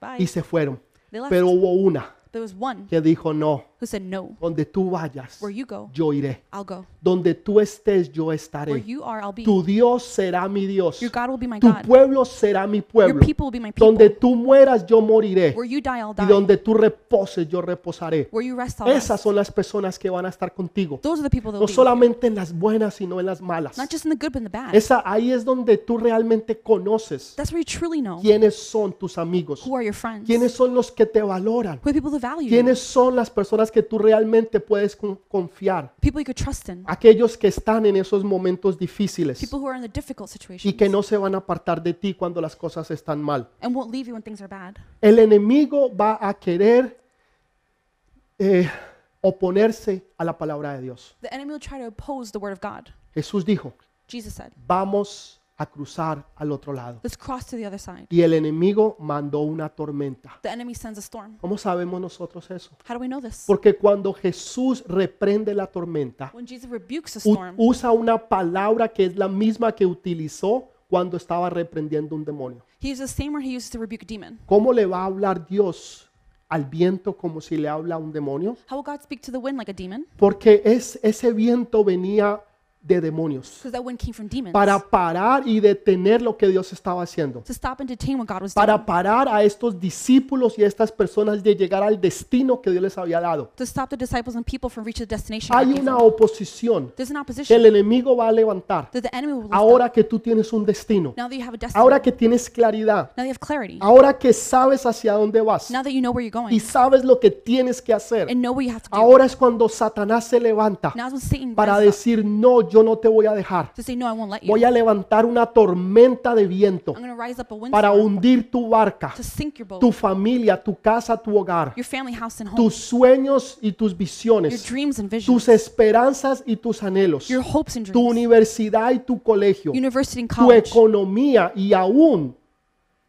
S2: Bye.
S1: Y se fueron.
S2: They left.
S1: Pero hubo una
S2: There was one
S1: que dijo, no,
S2: who said, No,
S1: donde tú vayas,
S2: where you go,
S1: yo iré.
S2: I'll go.
S1: Donde tú estés, yo
S2: Where
S1: estaré.
S2: you are, I'll be.
S1: Tu Dios será mi Dios.
S2: Your God will be my
S1: Tu
S2: God.
S1: pueblo será mi
S2: Your
S1: pueblo.
S2: people will be my people.
S1: Donde tú mueras, yo moriré.
S2: Where you die, I'll
S1: Y
S2: die.
S1: donde tú reposes, yo reposaré.
S2: Where you rest, I'll
S1: Esas
S2: rest.
S1: son las personas que van a estar contigo.
S2: Those are the people that
S1: No
S2: will be. with you.
S1: solamente en las buenas, sino en las malas.
S2: Not just in the good, but in the bad.
S1: Esa, ahí es donde tú realmente conoces
S2: That's where you truly know
S1: quiénes son tus amigos,
S2: who are your friends, who
S1: quiénes son los que te valoran,
S2: are people that value you,
S1: quiénes son las personas que tú realmente puedes con- confiar,
S2: people you could trust in,
S1: aquellos que están en esos momentos difíciles
S2: people who are in the difficult
S1: y
S2: situations
S1: que no se van a apartar de ti cuando las cosas están mal.
S2: and won't leave you when things are bad.
S1: El enemigo va a querer eh, oponerse a la palabra de Dios.
S2: The enemy will try to oppose the word of God.
S1: Jesús dijo,
S2: Jesus said,
S1: vamos a cruzar al otro lado.
S2: Let's cross to the other side.
S1: Y el enemigo mandó una tormenta.
S2: The enemy sends a storm.
S1: ¿Cómo sabemos nosotros eso?
S2: How do we know this?
S1: Porque cuando Jesús reprende la tormenta,
S2: When Jesus rebukes a
S1: u-
S2: storm,
S1: usa una palabra que es la misma que utilizó cuando estaba reprendiendo un demonio.
S2: he uses the same word he uses to rebuke a demon.
S1: ¿Cómo le va a hablar Dios al viento como si le habla a un demonio?
S2: How will God speak to the wind like a demon?
S1: Porque es, ese viento venía de demonios
S2: Because that wind came from demons.
S1: para parar y detener lo que Dios estaba haciendo.
S2: to stop and detain what God was doing.
S1: Para parar a estos discípulos y a estas personas de llegar al destino que Dios les había dado.
S2: To stop the disciples and people from reaching the destination. God
S1: Hay
S2: gave
S1: una
S2: them.
S1: oposición
S2: There's an
S1: que
S2: opposition
S1: el enemigo va a levantar.
S2: that the enemy will lift up.
S1: Ahora que tú tienes un destino,
S2: Now that you have a destiny.
S1: ahora que tienes claridad,
S2: now that you have clarity.
S1: ahora que sabes hacia dónde vas
S2: now that you know where you're going
S1: y sabes lo que tienes que hacer,
S2: and know what you have to do.
S1: ahora es cuando Satanás se levanta
S2: now is when Satan
S1: para
S2: rises up
S1: decir, no, yo no te voy a dejar.
S2: to say, No, I won't let you.
S1: Voy a levantar una tormenta de viento
S2: I'm going to rise up a wind
S1: para hundir tu barca,
S2: to sink your boat,
S1: tu familia, tu casa, tu hogar,
S2: your family, house, and home,
S1: tus sueños y tus
S2: your
S1: visiones,
S2: dreams and visions,
S1: tus esperanzas y tus anhelos,
S2: your hopes and
S1: tu
S2: dreams,
S1: universidad y tu colegio,
S2: university and
S1: tu
S2: college,
S1: economía y aún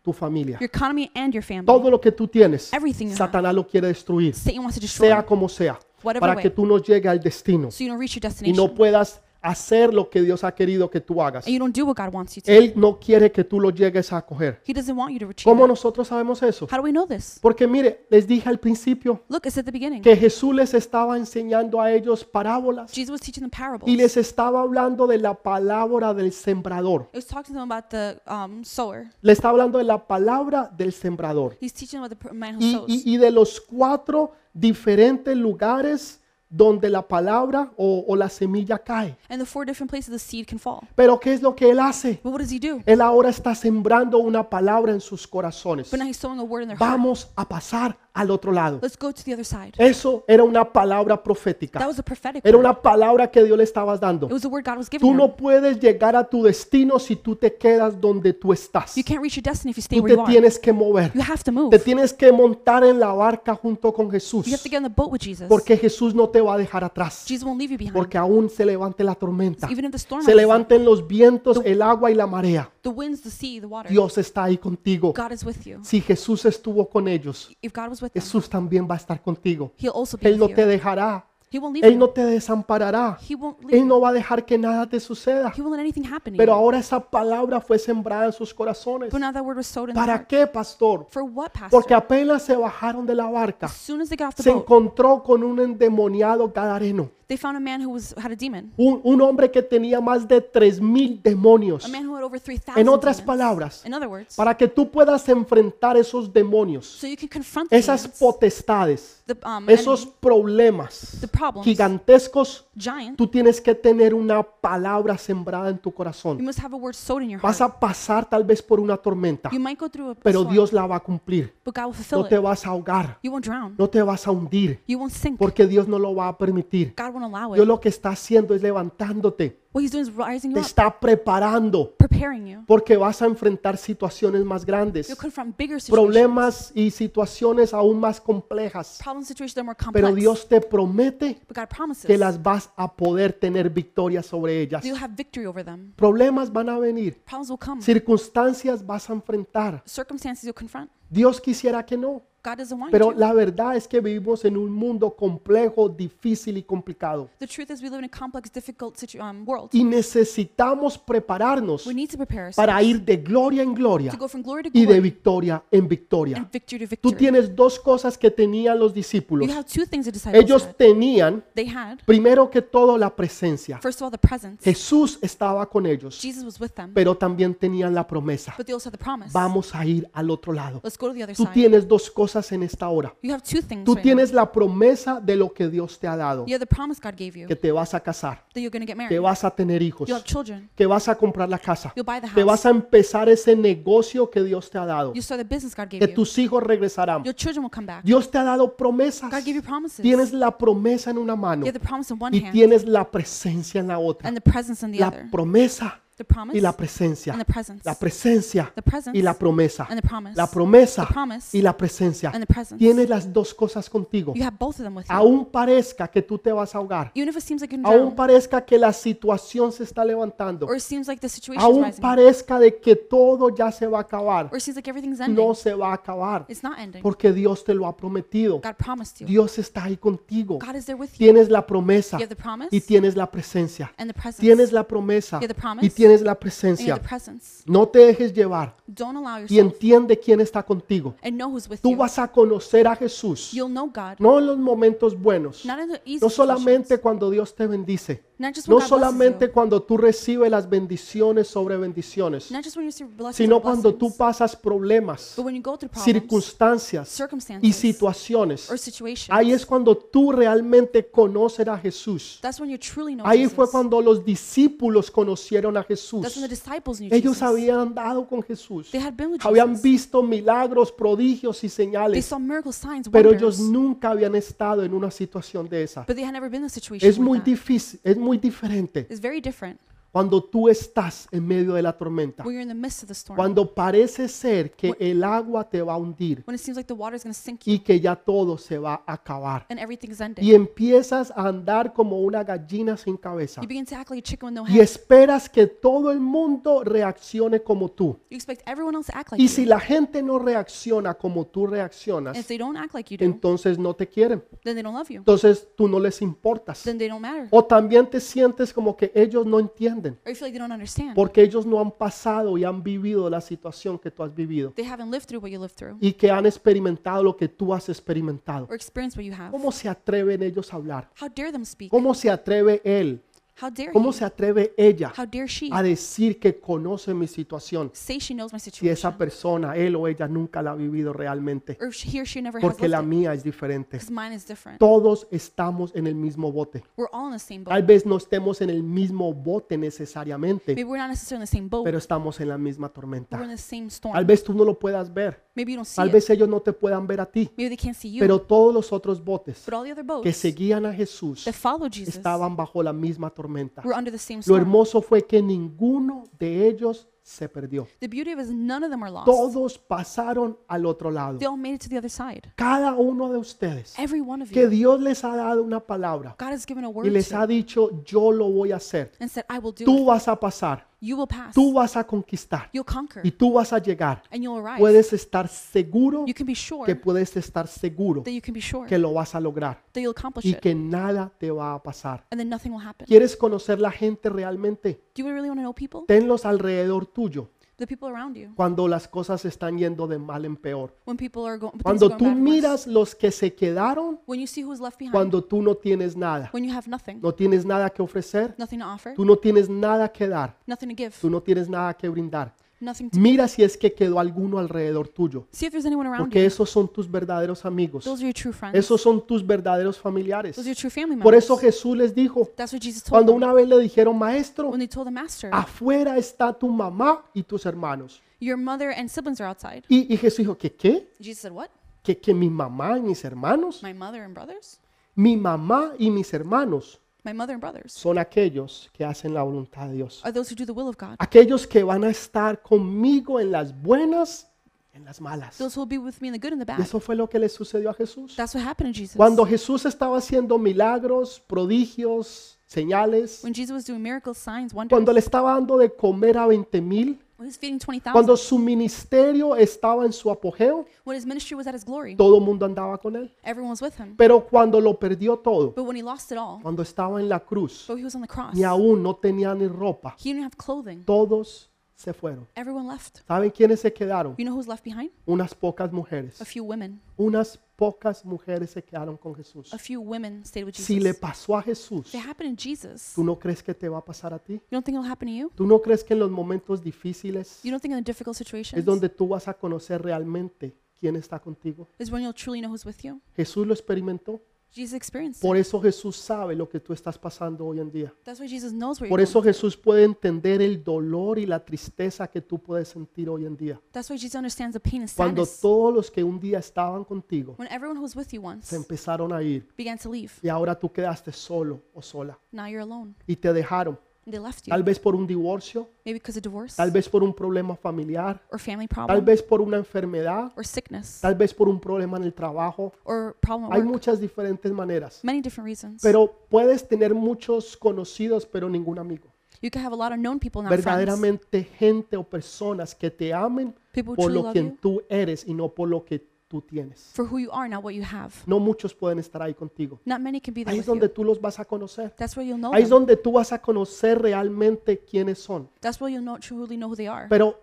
S1: tu familia.
S2: your economy and your family.
S1: Todo lo que tú tienes,
S2: Everything you have.
S1: Satanás lo quiere destruir,
S2: Satan wants to destroy
S1: sea
S2: you
S1: como sea,
S2: Whatever
S1: para
S2: way.
S1: que tú no llegues al destino
S2: so you don't reach your
S1: y
S2: destination
S1: no puedas hacer lo que Dios ha querido que tú hagas.
S2: and you don't do what God wants you to.
S1: Él no quiere que tú lo llegues a coger.
S2: He doesn't want you to achieve
S1: ¿Cómo
S2: that.
S1: nosotros sabemos eso?
S2: How do we know this?
S1: Porque mire, les dije al principio
S2: Look, it's at the beginning.
S1: que Jesús les estaba enseñando a ellos parábolas
S2: Jesus was teaching them parables.
S1: y
S2: He
S1: les estaba hablando de la palabra del sembrador.
S2: was talking to them about the um, sower.
S1: Le está hablando de la palabra del sembrador.
S2: He's teaching them about the per- man who
S1: y,
S2: sows.
S1: y- y de los cuatro diferentes lugares donde la palabra o, o la semilla cae.
S2: and the four different places the seed can fall.
S1: Pero ¿qué es lo que él hace?
S2: But what does he do?
S1: Él ahora está sembrando una palabra en sus corazones.
S2: But now he's sowing a word in their heart.
S1: Vamos a pasar al otro lado.
S2: Let's go to the other side.
S1: Eso era una palabra
S2: That
S1: profética.
S2: was a prophetic
S1: Era
S2: word.
S1: una palabra que Dios le estabas
S2: It
S1: dando.
S2: was the word God was giving
S1: Tú
S2: them.
S1: no puedes llegar a tu destino si tú te quedas donde tú estás.
S2: You can't reach your destiny if you stay
S1: Tú
S2: where
S1: te
S2: you are. You
S1: tienes que mover.
S2: have to move.
S1: Te tienes que montar en la barca junto con Jesús.
S2: You have to get on the boat with Jesus.
S1: Porque Jesús no te va a dejar atrás.
S2: Jesus won't leave you behind.
S1: porque aún se levante la tormenta,
S2: Even if the storm
S1: se
S2: rises up,
S1: levanten los vientos, el agua y la marea.
S2: the winds, the sea, the water,
S1: Dios está ahí contigo.
S2: God is with you.
S1: Si Jesús estuvo con ellos,
S2: If God was with them,
S1: Jesús también va a estar contigo.
S2: he'll also be
S1: Él no
S2: with
S1: te
S2: you.
S1: dejará,
S2: He won't leave
S1: Él
S2: you.
S1: no te desamparará,
S2: He won't leave
S1: Él
S2: you.
S1: no va a dejar que nada te suceda.
S2: He won't let anything happen to
S1: Pero
S2: you.
S1: ahora esa palabra fue sembrada en sus corazones.
S2: But now that word was sowed in their
S1: ¿Para
S2: heart.
S1: qué, pastor?
S2: For what, pastor?
S1: Porque apenas se bajaron de la barca,
S2: As soon as they got off the
S1: se
S2: boat,
S1: encontró con un endemoniado gadareno,
S2: they found a man who was had a demon.
S1: un, un hombre que tenía más de tres mil demonios.
S2: A man who had over 3,000
S1: En otras
S2: demons.
S1: palabras,
S2: In other words,
S1: para que tú puedas enfrentar esos demonios,
S2: so you can confront the
S1: esas
S2: demons,
S1: potestades,
S2: the, um,
S1: esos
S2: enemy,
S1: problemas
S2: the problems,
S1: gigantescos,
S2: giant,
S1: tú tienes que tener una palabra sembrada en tu
S2: you
S1: corazón.
S2: must have a word sowed in your heart.
S1: Vas a pasar tal vez por una tormenta,
S2: You might go through a
S1: pero
S2: storm,
S1: Dios la va a cumplir.
S2: but God will fulfill
S1: No te
S2: it.
S1: vas a ahogar,
S2: You won't drown.
S1: no te vas a hundir,
S2: You won't sink.
S1: porque Dios no lo va a permitir.
S2: God won't allow
S1: Dios
S2: it.
S1: lo que está haciendo es levantándote,
S2: What He's doing is rising
S1: te
S2: you up,
S1: está preparando,
S2: preparing you.
S1: porque vas a enfrentar situaciones más grandes.
S2: You'll confront bigger situations,
S1: problemas y situaciones aún más complejas,
S2: problem situations that are more complex.
S1: pero Dios te promete
S2: but God promises
S1: que las vas a poder tener victoria sobre ellas.
S2: that you'll have victory over them.
S1: Problemas van a venir,
S2: Problems will come.
S1: circunstancias vas a enfrentar.
S2: Circumstances you'll confront.
S1: Dios quisiera que no,
S2: God doesn't want
S1: Pero
S2: you.
S1: la verdad es que vivimos en un mundo complejo, difícil y complicado.
S2: The truth is, we live in a complex, difficult situ- um, world.
S1: Y necesitamos prepararnos
S2: We need to prepare ourselves
S1: para ir de gloria en
S2: to
S1: gloria
S2: go from glory to
S1: y de
S2: glory
S1: victoria en victoria.
S2: and victory to
S1: Tú
S2: victory.
S1: tienes dos cosas que tenían los discípulos.
S2: You have two things the disciples
S1: Ellos
S2: had.
S1: tenían,
S2: They had,
S1: primero que todo, la presencia.
S2: first of all, the presence.
S1: Jesús estaba con ellos,
S2: Jesus was with them,
S1: pero también tenían la promesa.
S2: but they also had the promise.
S1: Vamos a ir al otro lado.
S2: Let's go to the other
S1: Tú
S2: side.
S1: tienes dos cosas en esta hora.
S2: You have two things.
S1: Tú
S2: right now.
S1: tienes la promesa de lo que Dios te ha dado,
S2: You have the promise God gave you
S1: que te vas a casar,
S2: that you're going to get
S1: que
S2: married.
S1: vas a tener hijos,
S2: You'll have children.
S1: que vas a comprar la casa,
S2: You'll buy the
S1: que vas
S2: house.
S1: a empezar ese negocio que Dios te ha dado,
S2: You start the business God gave
S1: que
S2: you.
S1: tus hijos regresarán.
S2: Your children will come back.
S1: Dios te ha dado promesas.
S2: God gave you promises.
S1: Tienes la promesa en una
S2: You
S1: mano
S2: have the promise in one
S1: y
S2: hand
S1: tienes la presencia en la otra.
S2: and the presence in the
S1: La
S2: other.
S1: promesa
S2: The promise
S1: y la
S2: and
S1: presencia.
S2: the presence.
S1: La presencia
S2: The presence
S1: y la promesa.
S2: and the promise.
S1: La promesa
S2: The promise
S1: y la presencia.
S2: and the presence.
S1: Tienes las dos cosas contigo.
S2: You have both of them with you.
S1: Aún parezca que tú te vas a ahogar.
S2: Even if it seems like you're
S1: Aún
S2: drowned,
S1: parezca que la situación se está levantando.
S2: or it seems like the situation is
S1: Aún
S2: rising, up,
S1: parezca de que todo ya se va a acabar.
S2: or it seems like everything's
S1: No
S2: ending,
S1: se va a acabar.
S2: it's not ending.
S1: Porque Dios te lo ha prometido.
S2: God promised you.
S1: Dios está ahí contigo.
S2: God is there with you.
S1: Tienes la promesa
S2: You have the promise
S1: y tienes la presencia.
S2: and the presence.
S1: Tienes la promesa
S2: You have the promise
S1: y tienes la
S2: and you
S1: presencia.
S2: have the presence.
S1: No te dejes llevar
S2: Don't allow
S1: y
S2: yourself
S1: entiende quién está contigo.
S2: and know who's with
S1: Tú
S2: you.
S1: vas a conocer a Jesús,
S2: You'll know God,
S1: no en los momentos buenos,
S2: not in the easy
S1: no
S2: situations,
S1: solamente cuando Dios te bendice,
S2: not just
S1: no
S2: when God blesses
S1: solamente
S2: you,
S1: cuando tú recibes las bendiciones sobre bendiciones,
S2: not just when you receive blessings,
S1: sino
S2: or
S1: cuando tú
S2: blessings,
S1: pasas problemas,
S2: but when you go through problems,
S1: circunstancias y
S2: circumstances,
S1: situaciones.
S2: or situations.
S1: Ahí es cuando tú realmente conoces a Jesús.
S2: That's when you truly know
S1: Ahí
S2: Jesus.
S1: fue cuando los discípulos conocieron a
S2: That's when the
S1: Jesús.
S2: disciples knew
S1: Ellos
S2: Jesus.
S1: habían andado con Jesús.
S2: They had been with
S1: Habían
S2: Jesus.
S1: visto milagros, prodigios y
S2: They
S1: señales,
S2: saw miracles, signs,
S1: pero ellos
S2: wonders,
S1: nunca habían estado en una situación de esa.
S2: but they had never been in a situation
S1: Es muy
S2: like that.
S1: difícil, es muy diferente
S2: It's very different
S1: cuando tú estás en medio de la tormenta,
S2: when you're in the midst of the storm,
S1: cuando parece ser que el agua te va a hundir
S2: when it seems like the water is going to sink you
S1: y que ya todo se va a acabar
S2: and everything's ending.
S1: y empiezas a andar como una gallina sin cabeza
S2: You begin to act like a chicken with no
S1: y
S2: head.
S1: esperas que todo el mundo reaccione como tú.
S2: You expect everyone else to act like
S1: Y si
S2: you.
S1: la gente no reacciona como tú
S2: And if
S1: reaccionas,
S2: they don't act like you do,
S1: entonces no te quieren.
S2: then they don't love you.
S1: Entonces tú no les importas.
S2: Then they don't matter.
S1: O también te sientes como que ellos no entienden,
S2: Or you feel like they don't understand.
S1: porque ellos no han pasado y han vivido la situación que tú has vivido
S2: They haven't lived through what you lived through
S1: y que han experimentado lo que tú has experimentado.
S2: or experienced what you have.
S1: ¿Cómo se atreven ellos a hablar?
S2: How dare them speak?
S1: ¿Cómo se atreve él?
S2: How dare
S1: ¿Cómo
S2: he?
S1: se atreve ella
S2: How dare she?
S1: a decir que conoce mi situación
S2: Say she knows my
S1: si
S2: situation.
S1: esa persona, él o ella, nunca la ha vivido realmente?
S2: Or she, he or she never has
S1: Porque la
S2: lived it.
S1: mía es diferente.
S2: Because mine is different.
S1: Todos estamos en el mismo bote.
S2: We're all in the same boat.
S1: Tal vez no estemos en el mismo bote necesariamente,
S2: Maybe we're not necessarily in the same boat,
S1: pero estamos en la misma
S2: but we're in
S1: tormenta.
S2: the same
S1: Tal
S2: storm.
S1: vez tú no lo puedas ver,
S2: Maybe you don't see
S1: tal
S2: it.
S1: vez ellos no te puedan ver a ti,
S2: Maybe they can't see you.
S1: pero todos los otros botes
S2: But all the other
S1: que
S2: boats
S1: seguían a Jesús
S2: that follow Jesus
S1: estaban bajo la misma tormenta.
S2: were under the same
S1: Lo
S2: storm.
S1: hermoso fue que ninguno de ellos se perdió.
S2: The beauty of it is none of them are lost.
S1: Todos pasaron al otro lado.
S2: They all made it to the other side.
S1: Cada uno de ustedes,
S2: Every one of
S1: que
S2: you.
S1: Dios les ha dado una palabra
S2: God has given a
S1: y
S2: word
S1: les
S2: to you
S1: ha dicho, yo lo voy a hacer.
S2: and said, I will do
S1: Tú
S2: it.
S1: vas a pasar,
S2: You will pass.
S1: tú vas a conquistar
S2: You'll conquer.
S1: y tú vas a llegar.
S2: And you'll arrive.
S1: Puedes estar seguro
S2: You can be sure
S1: que puedes estar seguro
S2: that you can be sure
S1: que lo vas a lograr
S2: that you'll accomplish
S1: y
S2: it.
S1: que nada te va a pasar.
S2: And then nothing will happen. Do
S1: ¿Quieres conocer la gente realmente?
S2: you really want to know people?
S1: Tenlos alrededor tuyo
S2: The people around you.
S1: cuando las cosas están yendo de mal en peor.
S2: When people are going, when things are
S1: Cuando
S2: going
S1: tú
S2: bad and worse.
S1: miras los que se quedaron,
S2: When you see who's left behind.
S1: cuando tú no tienes nada,
S2: When you have nothing.
S1: no tienes nada que ofrecer,
S2: Nothing to offer.
S1: tú no tienes nada que dar,
S2: Nothing to give.
S1: tú no tienes nada que brindar.
S2: Nothing to
S1: Mira si es que quedó alguno alrededor tuyo,
S2: see if there's anyone around you.
S1: porque esos son tus verdaderos amigos,
S2: Those are your true friends.
S1: esos son tus verdaderos familiares.
S2: Those are your true family
S1: Por
S2: members.
S1: eso Jesús les dijo,
S2: That's what Jesus told
S1: cuando
S2: them.
S1: una Ah. vez le dijeron, maestro,
S2: When they told the master,
S1: afuera está tu mamá y tus hermanos.
S2: your mother and siblings are outside.
S1: Y, y Jesús dijo, ¿qué qué?
S2: Jesus said, what?
S1: ¿Que, que mi mamá y mis hermanos?
S2: My mother and brothers?
S1: Mi mamá y mis hermanos
S2: My mother and brothers
S1: son aquellos que hacen la voluntad de Dios.
S2: are those who do the will of
S1: Ah.
S2: God.
S1: Aquellos que van a estar conmigo en las buenas, en las malas.
S2: Those who will be with me in the good and the
S1: Y
S2: bad.
S1: eso fue lo que le sucedió a Jesús.
S2: That's what happened to Jesus.
S1: Cuando Jesús estaba haciendo milagros, prodigios, señales,
S2: When Jesus was doing miracles, signs, wonders,
S1: cuando le estaba dando de comer a 20 mil,
S2: When he was feeding 20,000,
S1: Cuando su ministerio estaba en su apogeo,
S2: when his ministry was at his glory,
S1: todo el mundo andaba con él.
S2: everyone was with him.
S1: Pero cuando lo perdió todo,
S2: But when he lost it all,
S1: cuando estaba en la cruz,
S2: but he was on the cross,
S1: ni
S2: he
S1: aún no tenía ni ropa,
S2: didn't have clothing.
S1: todos se fueron.
S2: Everyone left.
S1: ¿Saben quiénes se quedaron?
S2: You know who's left behind?
S1: Unas pocas mujeres.
S2: A few women.
S1: Unas pocas mujeres se quedaron con Jesús.
S2: A few women stayed with
S1: Si le
S2: Jesus.
S1: pasó a Jesús,
S2: They happened in Jesus.
S1: ¿tú
S2: You
S1: no crees que te va a pasar a ti?
S2: don't think it'll happen to you?
S1: ¿Tú no crees que en los momentos difíciles
S2: You don't think in the difficult situations
S1: es donde tú vas a conocer realmente quién está contigo?
S2: is when you'll truly know who's with you?
S1: Jesús lo experimentó.
S2: Jesus experienced it.
S1: Por eso Jesús sabe lo que tú estás pasando hoy en día.
S2: That's why Jesus knows where
S1: Por
S2: you're
S1: eso
S2: going.
S1: Jesús puede entender el dolor y la tristeza que tú puedes sentir hoy en día.
S2: That's why Jesus understands the pain and
S1: Cuando
S2: sadness.
S1: todos los que un día estaban contigo
S2: When everyone who was with you once
S1: se empezaron a ir
S2: began to leave,
S1: y ahora tú quedaste solo o sola
S2: now you're alone.
S1: y te dejaron,
S2: And they left
S1: tal
S2: you.
S1: vez por un divorcio,
S2: Maybe because of divorce
S1: tal vez por un problema familiar,
S2: or family
S1: tal
S2: problem
S1: vez por una enfermedad,
S2: or sickness
S1: tal vez por un problema en el trabajo.
S2: or problem
S1: Hay
S2: at work.
S1: muchas diferentes maneras,
S2: Many different reasons.
S1: pero puedes tener muchos conocidos pero ningún amigo.
S2: You can have a lot of known people, not friends.
S1: verdaderamente gente o personas que te amen
S2: People who
S1: por
S2: truly
S1: lo
S2: love
S1: que
S2: you
S1: tú eres y no por lo que tú tienes.
S2: for who you are, not what you have.
S1: No muchos pueden estar ahí contigo.
S2: Not many can be there
S1: Ahí es
S2: with
S1: donde
S2: you.
S1: tú los vas a conocer.
S2: That's where you'll know
S1: Ahí es
S2: them.
S1: donde tú vas a conocer realmente quiénes son.
S2: That's where you'll know, truly know who they are.
S1: Pero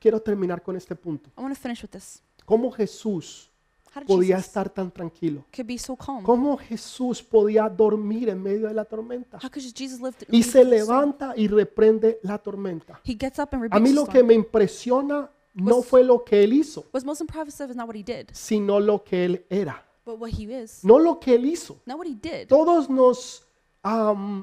S1: quiero terminar con este punto.
S2: I want to finish with this.
S1: ¿Cómo Jesús
S2: How did
S1: podía
S2: Jesus
S1: estar tan tranquilo?
S2: could be so calm?
S1: ¿Cómo Jesús podía dormir en medio de la tormenta?
S2: How could Jesus live? th-
S1: Y
S2: leave
S1: se
S2: the storm?
S1: levanta y reprende la tormenta.
S2: He gets up and
S1: A
S2: rebukes
S1: mí
S2: the
S1: lo que
S2: storm.
S1: me impresiona no fue lo que él hizo,
S2: What's most impressive is not what he did,
S1: sino lo que él era,
S2: but what he is.
S1: no lo que él hizo.
S2: Not what he did.
S1: Todos nos, um,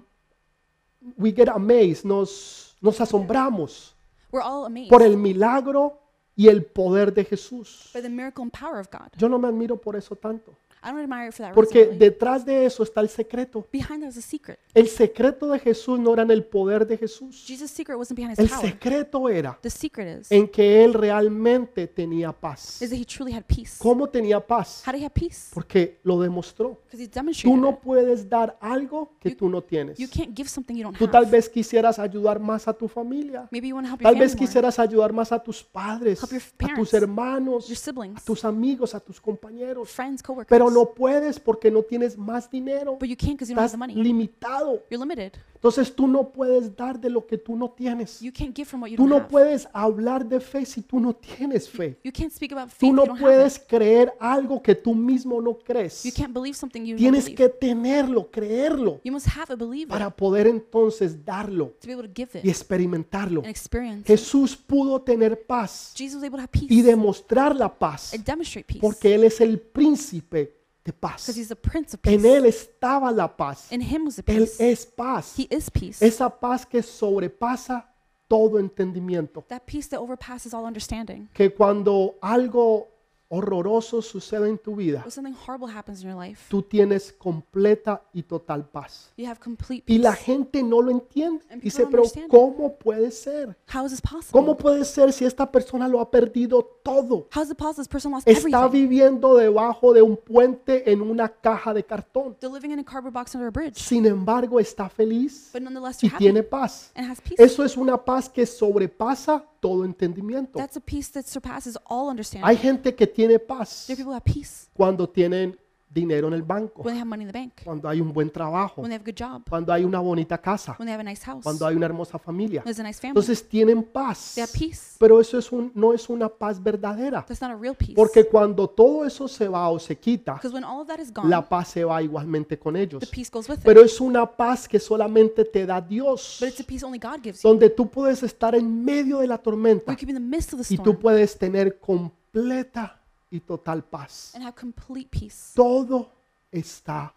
S1: we get amazed, nos, nos asombramos
S2: We're all amazed
S1: por el milagro y el poder de Jesús.
S2: by the miracle and power of God.
S1: Yo no me admiro por eso tanto,
S2: I don't admire it for that
S1: porque
S2: reason. really.
S1: detrás de eso está el secreto.
S2: Behind that is a secret.
S1: El secreto de Jesús no era en el poder de Jesús.
S2: Jesus' secret wasn't behind
S1: El
S2: his power.
S1: secreto era
S2: The secret is
S1: en que él realmente tenía paz.
S2: is that he truly had peace.
S1: ¿Cómo tenía paz?
S2: How did he have peace?
S1: Porque lo demostró.
S2: Because he
S1: Tú
S2: demonstrated.
S1: no
S2: it.
S1: puedes dar algo que tú no tienes.
S2: You can't give something you don't
S1: Tú tal
S2: have.
S1: vez quisieras ayudar más a tu familia.
S2: Maybe you want to help your
S1: Tal vez
S2: family more,
S1: quisieras ayudar más a tus padres,
S2: Help
S1: a
S2: your
S1: tus
S2: parents,
S1: hermanos,
S2: your siblings,
S1: a tus amigos, a tus compañeros.
S2: friends, coworkers.
S1: Pero no puedes porque no tienes más dinero.
S2: But you can't because you don't have
S1: Estás
S2: the money.
S1: limitado.
S2: You're limited.
S1: Entonces tú no puedes dar de lo que tú no tienes.
S2: You can't give from what you
S1: Tú
S2: don't
S1: no
S2: have.
S1: puedes hablar de fe si tú no tienes fe.
S2: You can't speak about faith.
S1: Tú
S2: if
S1: no
S2: you don't have it.
S1: puedes creer algo que tú mismo no
S2: You
S1: crees.
S2: can't believe something you don't
S1: Tienes
S2: believe.
S1: que tenerlo, creerlo,
S2: You must have it, believe it,
S1: para poder entonces darlo
S2: to be able to give it
S1: y experimentarlo.
S2: and experience. it.
S1: Jesús pudo tener paz
S2: Jesus was able to have peace
S1: y demostrar la paz
S2: and demonstrate peace
S1: porque Él es el príncipe de
S2: because
S1: paz.
S2: he's the Prince of
S1: En
S2: Peace.
S1: Él estaba la paz.
S2: In him was the
S1: Él
S2: peace.
S1: es paz.
S2: He is peace.
S1: Esa paz que sobrepasa todo entendimiento.
S2: That peace that overpasses all understanding.
S1: Que cuando algo horroroso sucede en tu vida,
S2: When something horrible happens in your life,
S1: tú tienes completa y total paz.
S2: you have complete
S1: Y
S2: peace.
S1: la gente no lo entiende.
S2: And people
S1: Dice,
S2: don't
S1: pero
S2: understand it.
S1: ¿cómo puede ser?
S2: How is this
S1: ¿Cómo
S2: possible?
S1: puede ser si esta persona lo ha perdido todo?
S2: How is it possible this person lost
S1: Está
S2: everything?
S1: viviendo debajo de un puente en una caja de cartón.
S2: They're living in a cardboard box under a bridge,
S1: Sin embargo, está feliz
S2: but nonetheless
S1: y
S2: they're happy
S1: tiene paz.
S2: and has peace.
S1: Eso es una paz que sobrepasa todo entendimiento.
S2: That's a peace that surpasses all
S1: Hay
S2: understanding.
S1: gente que tiene paz
S2: There are people who have peace
S1: cuando tienen dinero en el banco,
S2: when they have money in the bank,
S1: cuando hay un buen trabajo,
S2: when they have a good job,
S1: cuando hay una bonita casa,
S2: when they have a nice house, when
S1: Oh. cuando hay una hermosa familia.
S2: there's a nice family.
S1: Entonces tienen paz.
S2: They have peace.
S1: Pero eso es un- no es una paz verdadera.
S2: That's not a real peace.
S1: Porque cuando todo eso se va o se quita,
S2: Because when all of that is gone,
S1: la paz se va igualmente con
S2: the
S1: ellos.
S2: peace goes with it.
S1: Pero es una paz que solamente te da Dios.
S2: But it's a peace only God gives you.
S1: Donde tú puedes estar en medio de la
S2: We
S1: tormenta
S2: could be in the midst of the
S1: y tú
S2: storm
S1: puedes tener completa y total paz.
S2: and have complete peace.
S1: Todo está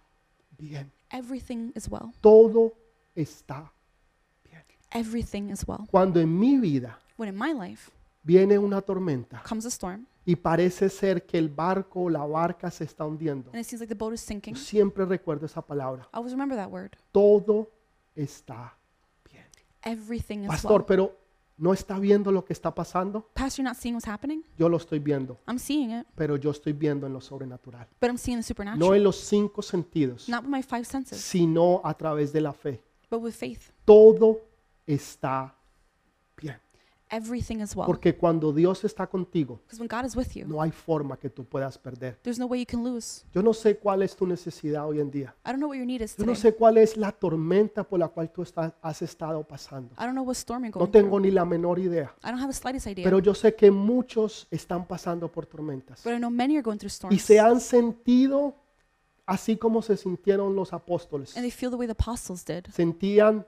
S1: bien.
S2: Everything is well.
S1: Todo está bien.
S2: Everything is well.
S1: Cuando en mi vida
S2: When in my life
S1: viene una tormenta
S2: comes a storm
S1: y parece ser que el barco o la barca se está hundiendo,
S2: and it seems like the boat is sinking,
S1: siempre recuerdo esa palabra.
S2: I always remember that word.
S1: Todo está bien.
S2: Everything is
S1: Pastor,
S2: well.
S1: pero ¿no está viendo lo que está pasando?
S2: Pastor, you're not seeing what's happening?
S1: Yo lo estoy viendo,
S2: I'm seeing it,
S1: pero yo estoy viendo en lo sobrenatural.
S2: but I'm seeing the
S1: No
S2: supernatural.
S1: en los cinco sentidos,
S2: Not with my five senses,
S1: sino a través de la fe.
S2: but with faith.
S1: Todo está bien.
S2: everything is well.
S1: Porque cuando Dios está contigo,
S2: Because when God is with you,
S1: no hay forma que tú puedas perder.
S2: there's no way you can lose.
S1: Yo no sé cuál es tu necesidad hoy en día.
S2: I don't know what your need is
S1: Yo
S2: today.
S1: no sé cuál es la tormenta por la cual tú está- has estado pasando.
S2: I don't know what storm you're
S1: No
S2: going through.
S1: tengo ni la menor idea.
S2: I don't have the slightest idea.
S1: Pero yo sé que muchos están pasando por tormentas.
S2: but I know many are going through
S1: Y
S2: storms.
S1: se han sentido así como se sintieron los apóstoles.
S2: and they feel the way the apostles did.
S1: Sentían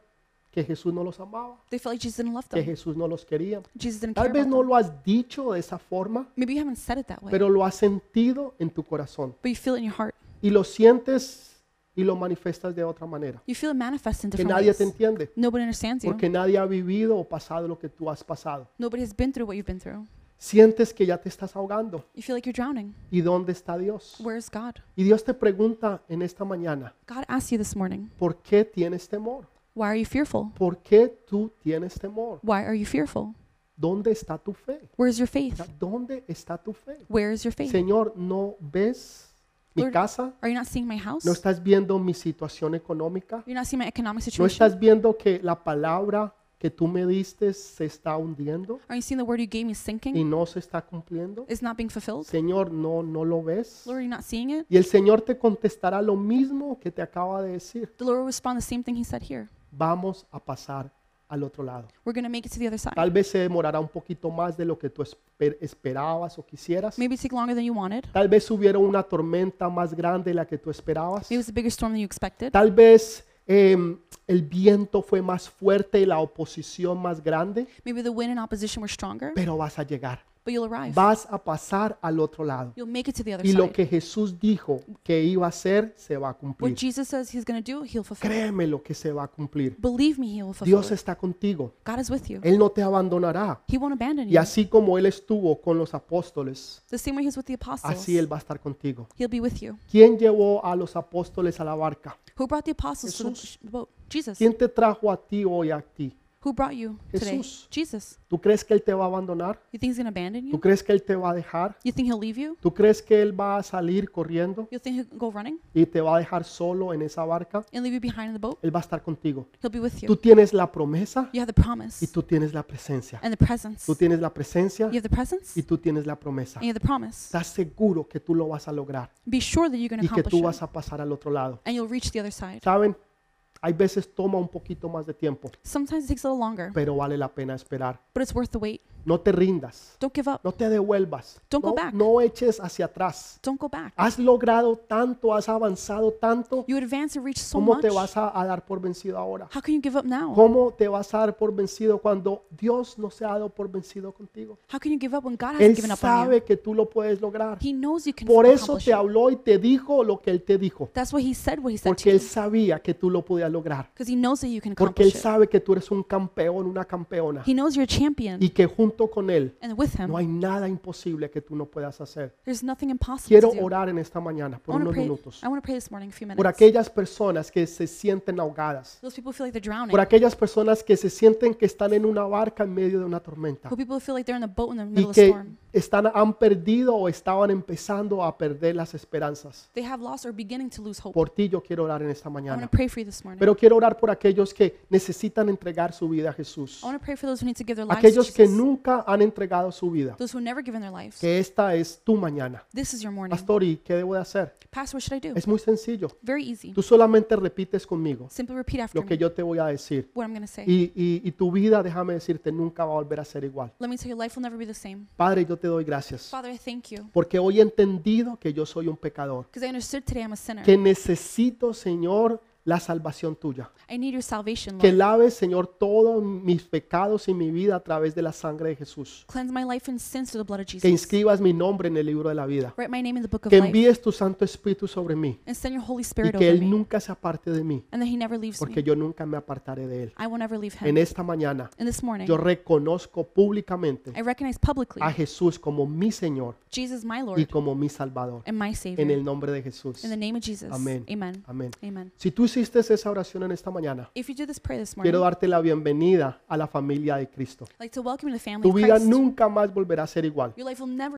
S1: que Jesús no los amaba,
S2: They felt like Jesus didn't love
S1: que
S2: them.
S1: Jesús no los quería.
S2: Jesus didn't care
S1: Tal vez
S2: about
S1: no
S2: them.
S1: lo has dicho de esa forma,
S2: Maybe you haven't said it that way,
S1: pero lo has sentido en tu corazón.
S2: but you feel it in your heart.
S1: Y lo sientes y lo manifestas de otra manera.
S2: You feel it manifest in
S1: Que
S2: different
S1: nadie
S2: ways.
S1: te entiende.
S2: Nobody understands you.
S1: Porque nadie ha vivido o pasado lo que tú has pasado.
S2: Nobody has been through what you've been through.
S1: Sientes que ya te estás ahogando.
S2: You feel like you're drowning.
S1: ¿Y dónde está Dios?
S2: Where is God?
S1: Y Dios te pregunta en esta mañana,
S2: God asked you this morning,
S1: ¿por qué tienes temor?
S2: why are you fearful?
S1: ¿Por qué tú tienes temor?
S2: Why are you fearful?
S1: ¿Dónde está tu fe?
S2: Where is your
S1: O sea,
S2: faith?
S1: ¿Dónde está tu fe?
S2: Where is your faith?
S1: Señor, ¿no ves mi
S2: Lord-
S1: casa?
S2: Are you not seeing my house?
S1: ¿No estás viendo mi situación económica?
S2: You're not seeing my economic
S1: ¿No
S2: situation?
S1: estás viendo que la palabra que tú me diste se está hundiendo
S2: Are you seeing the word you gave me
S1: y
S2: sinking?
S1: no se está cumpliendo?
S2: Is not being fulfilled?
S1: Señor, ¿no, no lo ves?
S2: Lord, you're not seeing it?
S1: Y el Señor te contestará lo mismo que te acaba de decir.
S2: The Lord will respond the same thing He said here.
S1: Vamos a pasar al otro lado.
S2: We're going to make it to the other side.
S1: Tal vez se demorará un poquito más de lo que tú esper- esperabas o quisieras.
S2: Maybe it took longer than you wanted.
S1: Tal vez hubiera una tormenta más grande de la que tú esperabas.
S2: Maybe it was a bigger storm than you expected.
S1: Tal vez em, el viento fue más fuerte y la oposición más grande,
S2: Maybe the wind and opposition were stronger,
S1: pero vas a llegar.
S2: but you'll arrive.
S1: Vas a pasar al otro lado.
S2: You'll make it to the other
S1: Y lo
S2: side.
S1: que Jesús dijo que iba a hacer, se va a
S2: What
S1: cumplir.
S2: Jesus says He's going to do, He'll fulfill.
S1: Créeme lo que se va a cumplir.
S2: Believe me, He will fulfill.
S1: Dios Eh.
S2: it.
S1: está contigo.
S2: God is with you.
S1: Él no te abandonará.
S2: He won't abandon
S1: Y
S2: you.
S1: así como Él estuvo con los apóstoles,
S2: The same way He's with the
S1: así
S2: apostles,
S1: Él va a estar contigo.
S2: He'll be with you.
S1: ¿Quién llevó a los apóstoles a la barca?
S2: Who brought the apostles to the
S1: Jesús.
S2: sh- the boat? Jesus.
S1: ¿Quién te trajo a ti hoy a ti?
S2: Who brought you today?
S1: Jesús.
S2: Jesus.
S1: ¿Tú crees que Él te va a abandonar?
S2: You think He's going to abandon
S1: ¿Tú
S2: you?
S1: crees que Él te va a dejar?
S2: You think He'll leave you?
S1: ¿Tú crees que Él va a salir corriendo
S2: You think He'll go running
S1: y te va a dejar solo en esa barca?
S2: and leave you behind in the boat?
S1: Él va a estar contigo.
S2: He'll be with
S1: Tú
S2: you.
S1: tienes la promesa
S2: You have the promise
S1: y tú tienes la presencia.
S2: and the presence.
S1: Tú
S2: You
S1: tienes la presencia
S2: have the presence
S1: y
S2: and
S1: tú tienes la promesa.
S2: you have the promise.
S1: Estás seguro que tú lo vas a lograr
S2: Be sure that you're going to
S1: y que
S2: accomplish
S1: tú vas
S2: it
S1: a pasar al otro lado.
S2: and you'll reach the other side.
S1: Saben, hay veces toma un poquito más de tiempo,
S2: Sometimes it takes a little longer,
S1: pero vale la pena esperar.
S2: but it's worth the wait.
S1: No te rindas,
S2: Don't give up.
S1: no te devuelvas,
S2: Don't go
S1: no,
S2: back.
S1: no eches hacia atrás.
S2: Don't go back.
S1: Has logrado tanto, has avanzado tanto.
S2: You advance and reach so
S1: ¿Cómo
S2: much.
S1: te vas a, a dar por vencido ahora?
S2: How can you give up now?
S1: ¿Cómo te vas a dar por vencido cuando Dios no se ha dado por vencido contigo?
S2: How can you give up when God
S1: Él
S2: hasn't given up on you?
S1: sabe que tú lo puedes lograr.
S2: He knows you can
S1: Por eso
S2: accomplish
S1: te
S2: it.
S1: habló y te dijo lo que Él te dijo.
S2: That's why he said what he said
S1: Porque
S2: to
S1: Él
S2: you.
S1: sabía que tú lo podías lograr.
S2: Because he knows that you can
S1: Porque Él
S2: accomplish it.
S1: sabe que tú eres un campeón, una campeona.
S2: He knows you're a champion.
S1: Y que junto con Él
S2: and with him,
S1: no hay nada imposible que tú no puedas hacer.
S2: there's nothing impossible
S1: Quiero
S2: to do.
S1: orar en esta mañana
S2: I
S1: por
S2: want to
S1: unos
S2: pray,
S1: minutos.
S2: I wanna pray this morning, a few minutes.
S1: Por aquellas personas que se sienten ahogadas.
S2: Those people who feel like they're drowning.
S1: Por aquellas personas que se sienten que están en una barca en medio de una tormenta.
S2: Who people who feel like they're in a boat in the middle
S1: Y
S2: of a
S1: que
S2: storm.
S1: están, han perdido o estaban empezando a perder las esperanzas.
S2: They have lost or beginning to lose hope.
S1: Por ti yo quiero orar en esta
S2: I want
S1: mañana.
S2: to pray for you this morning.
S1: Pero quiero orar por aquellos que necesitan entregar su vida a Jesús.
S2: I want to pray for those who need to give their lives to
S1: Aquellos que
S2: Jesus.
S1: nunca han entregado su vida.
S2: Those who have never given their lives.
S1: Que esta es tu mañana.
S2: This is your morning.
S1: Pastor, ¿y qué debo de hacer?
S2: Pastor, what should I do?
S1: Es muy sencillo.
S2: Very easy.
S1: Tú solamente repites conmigo
S2: Simply repeat after
S1: lo que
S2: me
S1: yo te voy a decir.
S2: what I'm going to say.
S1: Y, y- y tu vida, déjame decirte, nunca va a volver a ser igual.
S2: Let me tell you, life will never be the same.
S1: Padre, yo te doy gracias.
S2: Father, I thank you.
S1: Porque hoy he entendido que yo soy un pecador.
S2: Because I understood today I'm a sinner.
S1: Que necesito, Señor, la salvación tuya.
S2: I need your salvation,
S1: Que
S2: Lord.
S1: laves, Señor, todos mis pecados y mi vida a través de la sangre de Jesús.
S2: Cleanse my life and sins through the blood of
S1: Que
S2: Jesus.
S1: inscribas mi nombre en el libro de la vida.
S2: Write my name in the book of
S1: Que
S2: life.
S1: envíes tu Santo Espíritu sobre mí.
S2: And send your Holy
S1: Y
S2: Spirit
S1: que
S2: over
S1: Él
S2: me.
S1: nunca se aparte de mí.
S2: And that He never leaves
S1: Porque
S2: me.
S1: yo nunca me apartaré de Él.
S2: I will never leave
S1: En
S2: Him.
S1: esta mañana
S2: And this morning,
S1: yo reconozco públicamente
S2: I recognize publicly
S1: a Jesús como mi Señor
S2: Jesus, my
S1: y
S2: Lord,
S1: como mi Salvador.
S2: and my
S1: En
S2: Savior.
S1: el nombre de Jesús.
S2: In the name of Jesus.
S1: Amén.
S2: Amen.
S1: Amén.
S2: Amen.
S1: Si tú hiciste esa oración en esta mañana,
S2: If you did this prayer this morning,
S1: quiero
S2: I'd
S1: darte la bienvenida a la familia de Cristo.
S2: like to welcome you to the family
S1: Tu
S2: of
S1: vida
S2: Christ.
S1: nunca más volverá a ser igual.
S2: Your life will never